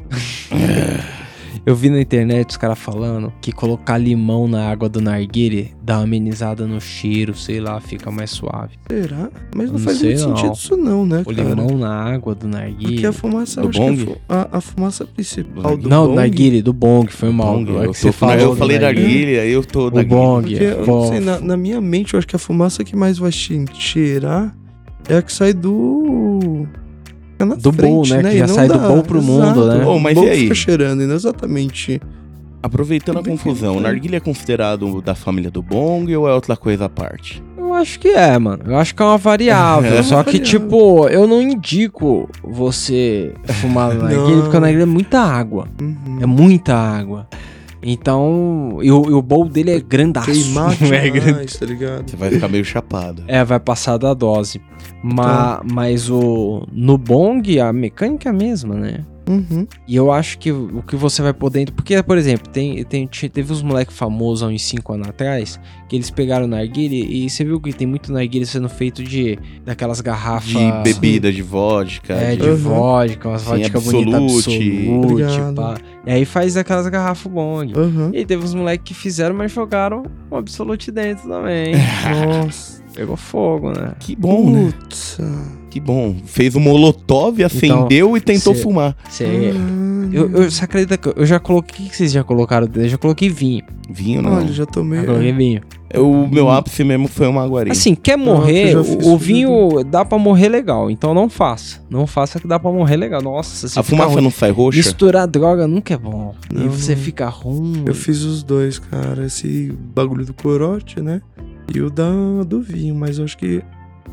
[SPEAKER 2] Eu vi na internet os caras falando que colocar limão na água do narguile dá uma amenizada no cheiro, sei lá, fica mais suave.
[SPEAKER 1] Será? Mas não,
[SPEAKER 2] Não
[SPEAKER 1] faz
[SPEAKER 2] sei,
[SPEAKER 1] muito
[SPEAKER 2] não.
[SPEAKER 1] sentido isso não, né,
[SPEAKER 2] O
[SPEAKER 1] cara?
[SPEAKER 2] limão na água do narguile.
[SPEAKER 1] Porque a
[SPEAKER 2] Então
[SPEAKER 1] fumaça,
[SPEAKER 3] Do
[SPEAKER 1] eu acho que a
[SPEAKER 3] bong?
[SPEAKER 1] fu- a, a fumaça principal do
[SPEAKER 2] não, do
[SPEAKER 1] bong-
[SPEAKER 2] narguile, do bong, foi mal.
[SPEAKER 3] Bong,
[SPEAKER 2] é
[SPEAKER 3] eu,
[SPEAKER 2] que você
[SPEAKER 3] tô-
[SPEAKER 2] falou.
[SPEAKER 3] eu
[SPEAKER 2] do
[SPEAKER 3] falei da guilha, eu tô da
[SPEAKER 2] O bong,
[SPEAKER 1] Porque,
[SPEAKER 2] é
[SPEAKER 1] eu não
[SPEAKER 2] bom.
[SPEAKER 1] sei, na, na minha mente, eu acho que a fumaça que mais vai te cheirar é a que sai do. fica na
[SPEAKER 2] Do bom, né, que
[SPEAKER 1] E
[SPEAKER 2] já
[SPEAKER 1] não
[SPEAKER 2] sai do
[SPEAKER 1] dá.
[SPEAKER 2] bom pro mundo,
[SPEAKER 1] Exato.
[SPEAKER 2] né? É
[SPEAKER 3] Ô, mas
[SPEAKER 1] O bom
[SPEAKER 3] e aí?
[SPEAKER 1] fica cheirando, e não exatamente.
[SPEAKER 3] Aproveitando a
[SPEAKER 1] Bem,
[SPEAKER 3] confusão, o
[SPEAKER 1] sim.
[SPEAKER 3] narguilha é considerado da família do bong ou é outra coisa à parte?
[SPEAKER 2] Eu acho que é, mano. Eu acho que é uma variável.
[SPEAKER 3] É uma
[SPEAKER 2] só que,
[SPEAKER 1] variável.
[SPEAKER 2] tipo, eu não indico você fumar na narguilha,
[SPEAKER 1] Não.
[SPEAKER 2] porque o narguilha é muita água.
[SPEAKER 1] Uhum.
[SPEAKER 2] É muita água. Então, e o, e o bowl dele é grandaço.
[SPEAKER 1] Queimar
[SPEAKER 2] é, gran-
[SPEAKER 1] demais, tá ligado?
[SPEAKER 3] Você vai ficar meio chapado.
[SPEAKER 2] É, vai passar da dose. Ma, Mas o no bong, a mecânica é a mesma, né?
[SPEAKER 1] Uhum.
[SPEAKER 2] E eu acho que o que você vai podendo. Porque, por exemplo, tem, tem, te- teve uns moleques famosos há uns 5 anos atrás que eles pegaram o narguile e você viu que tem muito narguile sendo feito de daquelas garrafas.
[SPEAKER 3] De bebida, de vodka.
[SPEAKER 2] É, de
[SPEAKER 1] Uhum.
[SPEAKER 2] vodka, umas
[SPEAKER 3] Sim,
[SPEAKER 2] vodka
[SPEAKER 3] Absolute.
[SPEAKER 2] bonita absolute.
[SPEAKER 1] Obrigado.
[SPEAKER 2] Pá. E aí faz aquelas garrafas bong.
[SPEAKER 1] Aham.
[SPEAKER 2] E teve uns moleques que fizeram, mas jogaram um absolute dentro também.
[SPEAKER 1] Nossa.
[SPEAKER 2] Pegou fogo, né?
[SPEAKER 3] Que bom, né?
[SPEAKER 1] Putz.
[SPEAKER 3] Que bom. Fez um molotov, acendeu e tentou
[SPEAKER 2] Então, cê-
[SPEAKER 3] fumar.
[SPEAKER 2] Cê-
[SPEAKER 1] Caralho.
[SPEAKER 2] É. Hum. Eu, eu, você acredita que eu já coloquei. O que vocês já colocaram? Eu já coloquei vinho.
[SPEAKER 3] Vinho não. É,
[SPEAKER 1] Olha, já tomei.
[SPEAKER 2] Já coloquei vinho.
[SPEAKER 3] O meu ápice mesmo foi uma aguarinha.
[SPEAKER 2] Assim, quer
[SPEAKER 1] eu
[SPEAKER 2] morrer,
[SPEAKER 1] já
[SPEAKER 2] o-
[SPEAKER 1] fiz
[SPEAKER 2] o,
[SPEAKER 1] isso,
[SPEAKER 2] vinho dá pra morrer legal. Então não faça. Não faça que dá pra morrer legal. Nossa, você
[SPEAKER 3] a
[SPEAKER 2] fica
[SPEAKER 3] fumaça
[SPEAKER 2] ruim.
[SPEAKER 3] não sai roxa?
[SPEAKER 2] Misturar droga nunca é bom. e
[SPEAKER 1] Não,
[SPEAKER 2] você
[SPEAKER 1] não.
[SPEAKER 2] fica ruim.
[SPEAKER 1] Eu fiz os dois, cara. Esse bagulho do corote, né? E o da, do vinho, mas eu acho que.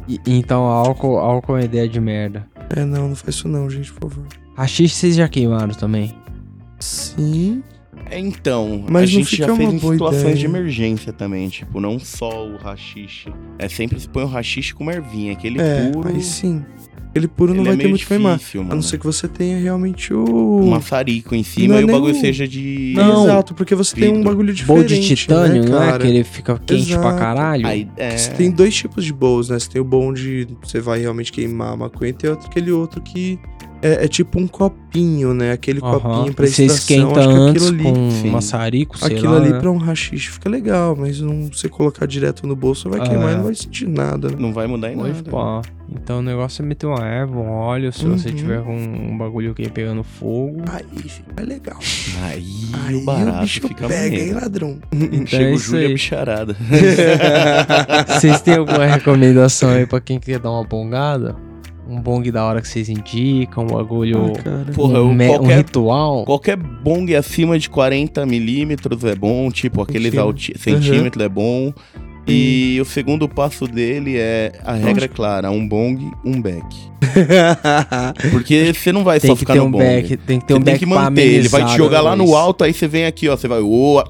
[SPEAKER 2] E- então álcool, álcool é uma ideia de merda.
[SPEAKER 1] É, não, não faz isso não, gente, por favor.
[SPEAKER 2] Rachixe vocês já queimaram também.
[SPEAKER 1] Sim.
[SPEAKER 3] É, Então,
[SPEAKER 1] Mas não
[SPEAKER 3] a gente
[SPEAKER 1] fica
[SPEAKER 3] já fez
[SPEAKER 1] uma
[SPEAKER 3] em
[SPEAKER 1] boa
[SPEAKER 3] situações
[SPEAKER 1] ideia.
[SPEAKER 3] de emergência também, tipo, não só o rachixe. É sempre se põe o rachixe com ervinha, aquele
[SPEAKER 1] É,
[SPEAKER 3] puro.
[SPEAKER 1] aí sim. Ele puro
[SPEAKER 3] ele
[SPEAKER 1] não
[SPEAKER 3] é
[SPEAKER 1] vai ter
[SPEAKER 3] meio
[SPEAKER 1] muito
[SPEAKER 3] difícil,
[SPEAKER 1] queimar.
[SPEAKER 3] mano.
[SPEAKER 1] A não ser que você tenha realmente o.
[SPEAKER 3] um maçarico em
[SPEAKER 1] Não
[SPEAKER 3] cima
[SPEAKER 1] é
[SPEAKER 3] e o
[SPEAKER 1] nem
[SPEAKER 3] bagulho
[SPEAKER 1] o-
[SPEAKER 3] seja de.
[SPEAKER 2] Não.
[SPEAKER 1] Exato, porque você tem um
[SPEAKER 3] Vidro.
[SPEAKER 1] bagulho
[SPEAKER 2] Bowl
[SPEAKER 1] diferente.
[SPEAKER 2] de titânio,
[SPEAKER 1] né,
[SPEAKER 2] não é?
[SPEAKER 1] cara?
[SPEAKER 2] Que ele fica quente pra
[SPEAKER 1] Exato.
[SPEAKER 2] caralho.
[SPEAKER 3] Aí, é,
[SPEAKER 1] Você tem dois tipos de bowls, né? Você tem o bowl onde você vai realmente queimar a maconha e tem outro- aquele outro que é, é tipo um copinho, né? Aquele
[SPEAKER 2] Aham.
[SPEAKER 1] copinho pra
[SPEAKER 2] E você
[SPEAKER 1] extração.
[SPEAKER 2] esquenta
[SPEAKER 1] acho que
[SPEAKER 2] antes
[SPEAKER 1] aquilo ali
[SPEAKER 2] com um
[SPEAKER 3] Sim.
[SPEAKER 2] maçarico, sei
[SPEAKER 1] Aquilo
[SPEAKER 2] lá,
[SPEAKER 1] ali
[SPEAKER 2] né?
[SPEAKER 1] pra um rachixe fica legal, mas não você colocar direto no bolso vai queimar
[SPEAKER 2] É.
[SPEAKER 1] e não vai sentir nada, né?
[SPEAKER 3] não vai mudar em
[SPEAKER 2] Não,
[SPEAKER 3] nada.
[SPEAKER 2] tipo, ó, então o negócio é meter uma erva, um óleo, se você
[SPEAKER 1] Uhum.
[SPEAKER 2] tiver com um bagulho que pegando fogo.
[SPEAKER 1] Aí fica legal.
[SPEAKER 3] Aí,
[SPEAKER 1] Aí
[SPEAKER 3] o barato
[SPEAKER 1] o bicho
[SPEAKER 3] fica
[SPEAKER 1] pega, hein,
[SPEAKER 3] maneiro.
[SPEAKER 1] ladrão?
[SPEAKER 2] é
[SPEAKER 3] Chega o
[SPEAKER 2] isso
[SPEAKER 3] Júlio e a
[SPEAKER 2] aí.
[SPEAKER 3] bicharada.
[SPEAKER 2] Vocês têm alguma recomendação aí pra quem quer dar uma bongada? Um bong da hora que vocês indicam, um bagulho.
[SPEAKER 1] Ah, cara.
[SPEAKER 3] Porra, eu-
[SPEAKER 2] um, me- um
[SPEAKER 3] qualquer-
[SPEAKER 2] ritual?
[SPEAKER 3] Qualquer bong acima de 40 milímetros é bom, tipo, aqueles
[SPEAKER 1] Centímetro.
[SPEAKER 3] alti- centímetros é bom.
[SPEAKER 2] Uhum.
[SPEAKER 3] E o segundo passo dele é a regra é clara, um bong, um back. Porque você não vai
[SPEAKER 2] Tem
[SPEAKER 3] só
[SPEAKER 2] que
[SPEAKER 3] ficar
[SPEAKER 2] ter
[SPEAKER 3] no
[SPEAKER 2] um
[SPEAKER 3] bong.
[SPEAKER 2] back, tem que ter
[SPEAKER 3] Você
[SPEAKER 2] um
[SPEAKER 3] tem
[SPEAKER 2] back
[SPEAKER 3] que
[SPEAKER 2] pra
[SPEAKER 3] manter, ele vai te
[SPEAKER 2] amenizar
[SPEAKER 3] jogar lá no
[SPEAKER 2] depois.
[SPEAKER 3] alto, aí você vem aqui, ó, você vai, oa,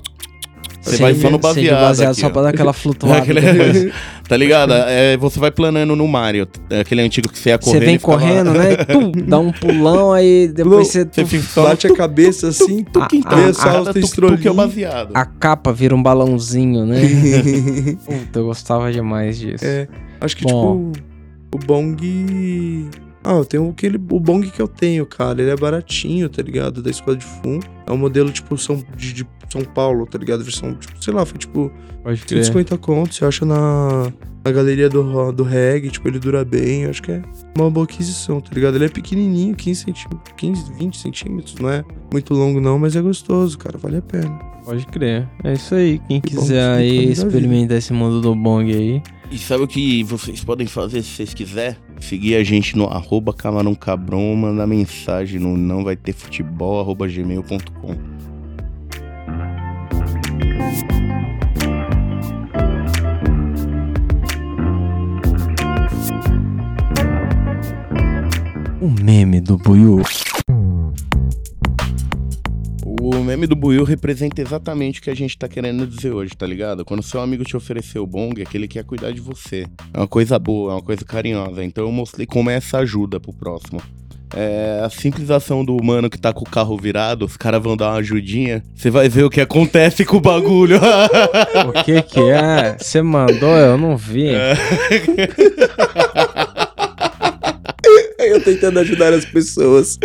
[SPEAKER 3] você
[SPEAKER 2] Sem-
[SPEAKER 3] vai só no
[SPEAKER 2] sem de
[SPEAKER 3] baseado. aqui,
[SPEAKER 2] só
[SPEAKER 3] ó.
[SPEAKER 2] pra dar aquela flutuada.
[SPEAKER 3] Aquele-
[SPEAKER 2] depois.
[SPEAKER 3] Tá ligado? É, você vai planando no Mario, é aquele antigo que você ia
[SPEAKER 2] Uhum. Você
[SPEAKER 3] correndo.
[SPEAKER 2] vem
[SPEAKER 3] e ficava lá.
[SPEAKER 2] correndo, né? E tum, dá um pulão, aí depois você.
[SPEAKER 3] Você fica só
[SPEAKER 1] Bate a cabeça assim.
[SPEAKER 3] tuc, tuc,
[SPEAKER 2] Ah,
[SPEAKER 3] então,
[SPEAKER 2] ah,
[SPEAKER 3] a cada
[SPEAKER 1] ah,
[SPEAKER 3] tuc,
[SPEAKER 1] estrolinho.
[SPEAKER 3] tuc é o baseado.
[SPEAKER 2] A capa vira um balãozinho, né? Puta, eu gostava demais disso.
[SPEAKER 1] É, acho que,
[SPEAKER 2] Bom.
[SPEAKER 1] tipo, o Bong. Ah, eu tenho aquele. O Bong que eu tenho, cara. Ele é baratinho, tá ligado? Da escola de Fum. É um modelo, tipo, São, de, de São Paulo, tá ligado? Versão, tipo, sei lá, foi tipo
[SPEAKER 2] Pode crer.
[SPEAKER 1] 150 contos. Você acha na, na galeria do, ro- do reggae, tipo, ele dura bem. Eu acho que é uma boa aquisição, tá ligado? Ele é pequenininho, 15 centímetros, 15, 20 centímetros, não é muito longo não, mas é gostoso, cara. Vale a pena.
[SPEAKER 2] Pode crer. É isso aí. Quem
[SPEAKER 1] Que bom
[SPEAKER 2] quiser
[SPEAKER 1] que você
[SPEAKER 2] aí
[SPEAKER 1] tá me dando
[SPEAKER 2] experimentar esse mundo do bong aí.
[SPEAKER 3] E sabe o que vocês podem fazer se vocês quiserem? Seguir a gente no arroba camarão cabrão, mandar mensagem no não vai ter futebol, arroba gmail.com.
[SPEAKER 2] O meme do Buiu.
[SPEAKER 3] O meme do Buiu representa exatamente o que a gente tá querendo dizer hoje, tá ligado? Quando seu amigo te ofereceu o bong, é que ele quer cuidar de você. É uma coisa boa, é uma coisa carinhosa. Então eu mostrei como é essa ajuda pro próximo. É, a simples ação do humano que tá com o carro virado, os caras vão dar uma ajudinha. Você vai ver o que acontece com o bagulho.
[SPEAKER 2] O que que é? Você mandou, eu não vi.
[SPEAKER 1] É, Eu tentando ajudar as pessoas.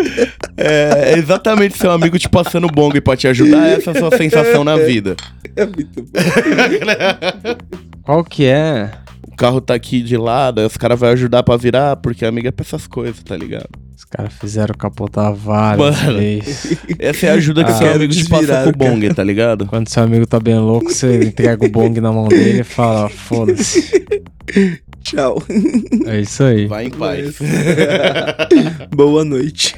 [SPEAKER 3] É exatamente seu amigo te passando bong pra te ajudar, essa é a sua sensação na vida.
[SPEAKER 1] É muito bom.
[SPEAKER 2] Qual que é?
[SPEAKER 3] O carro tá aqui de lado, aí os caras vão ajudar pra virar, porque amiga é pra essas coisas, tá ligado?
[SPEAKER 2] Os caras fizeram capotar várias
[SPEAKER 3] Mano.
[SPEAKER 2] vezes.
[SPEAKER 3] Essa é a ajuda que
[SPEAKER 1] Ah.
[SPEAKER 3] seu amigo te passa
[SPEAKER 1] Desvirar,
[SPEAKER 3] com o bong, tá ligado?
[SPEAKER 2] Quando seu amigo tá bem louco, você entrega o bong na mão dele e fala, "Ó, foda-se.
[SPEAKER 1] Tchau.
[SPEAKER 2] É isso aí.
[SPEAKER 3] Vai em paz. É
[SPEAKER 1] Boa noite.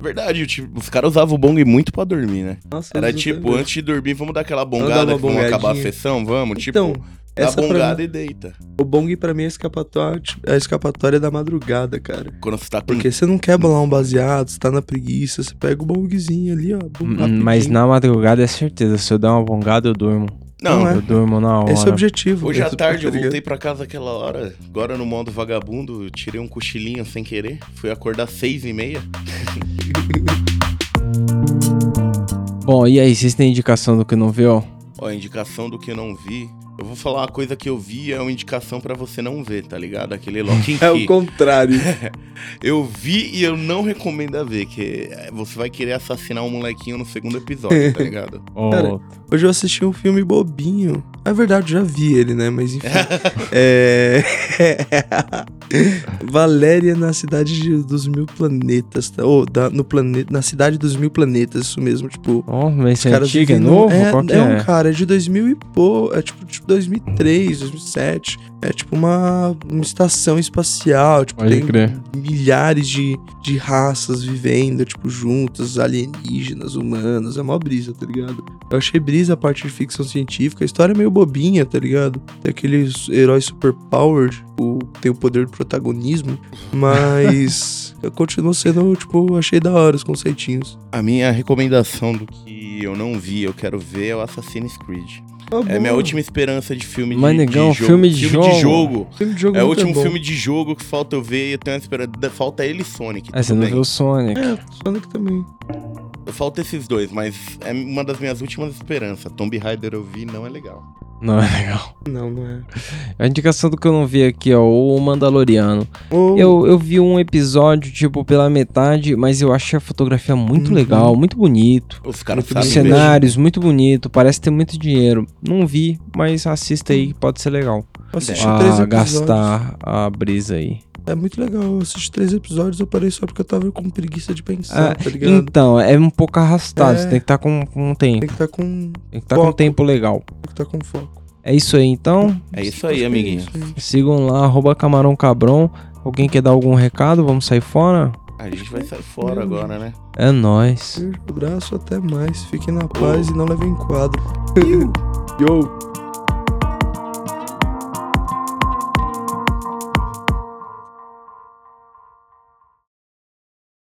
[SPEAKER 3] Verdade, eu tive- os caras usavam o bong muito pra dormir, né?
[SPEAKER 1] Nossa,
[SPEAKER 3] Era
[SPEAKER 1] eu não
[SPEAKER 3] tipo,
[SPEAKER 1] lembro.
[SPEAKER 3] antes de dormir, vamos dar aquela
[SPEAKER 1] dar
[SPEAKER 3] bongada,
[SPEAKER 1] uma
[SPEAKER 3] que vamos acabar a
[SPEAKER 1] bongadinha.
[SPEAKER 3] sessão, vamos?
[SPEAKER 1] Então,
[SPEAKER 3] tipo, dá
[SPEAKER 1] essa pra
[SPEAKER 3] bongada
[SPEAKER 1] mim-
[SPEAKER 3] e deita.
[SPEAKER 1] o bong pra mim é escapatória, a escapatória da madrugada, cara.
[SPEAKER 3] Quando você tá com
[SPEAKER 1] Porque você não quer bolar um baseado, você tá na preguiça, você pega o bongzinho ali, ó. bom,
[SPEAKER 2] Hum, Mas
[SPEAKER 1] rapidinho.
[SPEAKER 2] na madrugada é certeza, se eu der uma bongada, eu durmo.
[SPEAKER 3] Não,
[SPEAKER 1] Não é.
[SPEAKER 2] Eu durmo na hora.
[SPEAKER 1] Esse é o objetivo.
[SPEAKER 3] hoje à
[SPEAKER 1] Esse-
[SPEAKER 3] tarde eu
[SPEAKER 1] tá ligado?
[SPEAKER 3] voltei pra casa aquela hora. Agora no modo vagabundo, eu tirei um cochilinho sem querer. Fui acordar seis e meia.
[SPEAKER 2] Bom, e aí, vocês têm indicação do que não viu?
[SPEAKER 3] Ó, a indicação do que eu não vi. Eu vou falar uma coisa que eu vi, é uma indicação pra você não ver, tá ligado? Aquele Locking
[SPEAKER 1] É o
[SPEAKER 3] Key.
[SPEAKER 1] contrário.
[SPEAKER 3] Eu vi e eu não recomendo a ver, que é, você vai querer assassinar um molequinho no segundo episódio, tá ligado?
[SPEAKER 2] Ô,
[SPEAKER 1] Cara, Hoje eu assisti um filme bobinho. É verdade, eu já vi ele, né? Mas enfim. é. Valéria na Cidade de- dos Mil Planetas. Tá? Ou da- no planeta, na Cidade dos Mil Planetas, isso mesmo. Tipo,
[SPEAKER 2] ó, mas
[SPEAKER 1] os
[SPEAKER 2] esse é antigo, é
[SPEAKER 1] vivem num-
[SPEAKER 2] novo?
[SPEAKER 1] É,
[SPEAKER 2] Qual que
[SPEAKER 1] é
[SPEAKER 2] é?
[SPEAKER 1] um cara, é de 2000 e pô. É tipo, tipo 2003, 2007. É tipo uma, uma estação espacial. Tipo,
[SPEAKER 2] Pode
[SPEAKER 1] tem
[SPEAKER 2] crer.
[SPEAKER 1] milhares de, de raças vivendo, tipo, juntas, alienígenas, humanos, é mó brisa, tá ligado? Eu achei brisa a parte de ficção científica, a história é meio bobinha, tá ligado? Tem aqueles heróis superpowered, tipo, tem o poder do protagonismo, mas eu continuo sendo, tipo, achei da hora os conceitinhos.
[SPEAKER 3] A minha recomendação do que eu não vi, eu quero ver, é o Assassin's Creed. É minha última esperança de filme de,
[SPEAKER 2] Mas, negão,
[SPEAKER 3] de jogo.
[SPEAKER 2] filme de jogo.
[SPEAKER 1] Filme de jogo nunca
[SPEAKER 3] É o último
[SPEAKER 1] bom.
[SPEAKER 3] filme de jogo que falta eu ver e eu tenho uma esperança. Falta ele e Sonic.
[SPEAKER 2] Ah, você
[SPEAKER 3] tudo
[SPEAKER 2] não
[SPEAKER 3] bem.
[SPEAKER 2] viu o Sonic.
[SPEAKER 1] É, Sonic também.
[SPEAKER 3] Falta esses dois, mas é uma das minhas últimas esperanças. Tomb Raider eu vi não é legal.
[SPEAKER 2] Não, é legal.
[SPEAKER 1] Não, não é.
[SPEAKER 2] A indicação do que eu não vi aqui, ó, o Mandaloriano.
[SPEAKER 1] Ou-
[SPEAKER 2] Eu, eu vi um episódio, tipo, pela metade, mas eu achei a fotografia muito
[SPEAKER 1] Uhum.
[SPEAKER 2] legal, muito bonito.
[SPEAKER 3] Os caras
[SPEAKER 1] Muito
[SPEAKER 2] Os
[SPEAKER 1] bem.
[SPEAKER 3] sabem mesmo.
[SPEAKER 2] cenários, muito bonito, parece ter muito dinheiro. Não vi, mas assista aí, que pode ser legal.
[SPEAKER 1] eu assisti três
[SPEAKER 2] Ah,
[SPEAKER 1] episódios.
[SPEAKER 2] gastar a brisa aí.
[SPEAKER 1] É muito legal. Eu assisti três episódios, eu parei só porque eu tava com preguiça de pensar,
[SPEAKER 2] Ah,
[SPEAKER 1] tá ligado?
[SPEAKER 2] Então, é um pouco arrastado,
[SPEAKER 1] É.
[SPEAKER 2] você tem que estar com, com um tempo.
[SPEAKER 1] Tem que estar com, tem
[SPEAKER 2] Tem que estar com um
[SPEAKER 1] Foco.
[SPEAKER 2] tempo legal.
[SPEAKER 1] que tá com foco.
[SPEAKER 2] É isso aí, então.
[SPEAKER 3] É isso
[SPEAKER 1] Acho que
[SPEAKER 3] aí,
[SPEAKER 1] é
[SPEAKER 3] amiguinho.
[SPEAKER 1] isso aí.
[SPEAKER 2] Sigam lá, arroba Camarão Cabron. Alguém quer dar algum recado? Vamos sair fora?
[SPEAKER 3] A gente vai sair fora agora, né?
[SPEAKER 2] É nóis.
[SPEAKER 1] Beijo, abraço, até mais. Fiquem na paz e não levem quadro. Yo!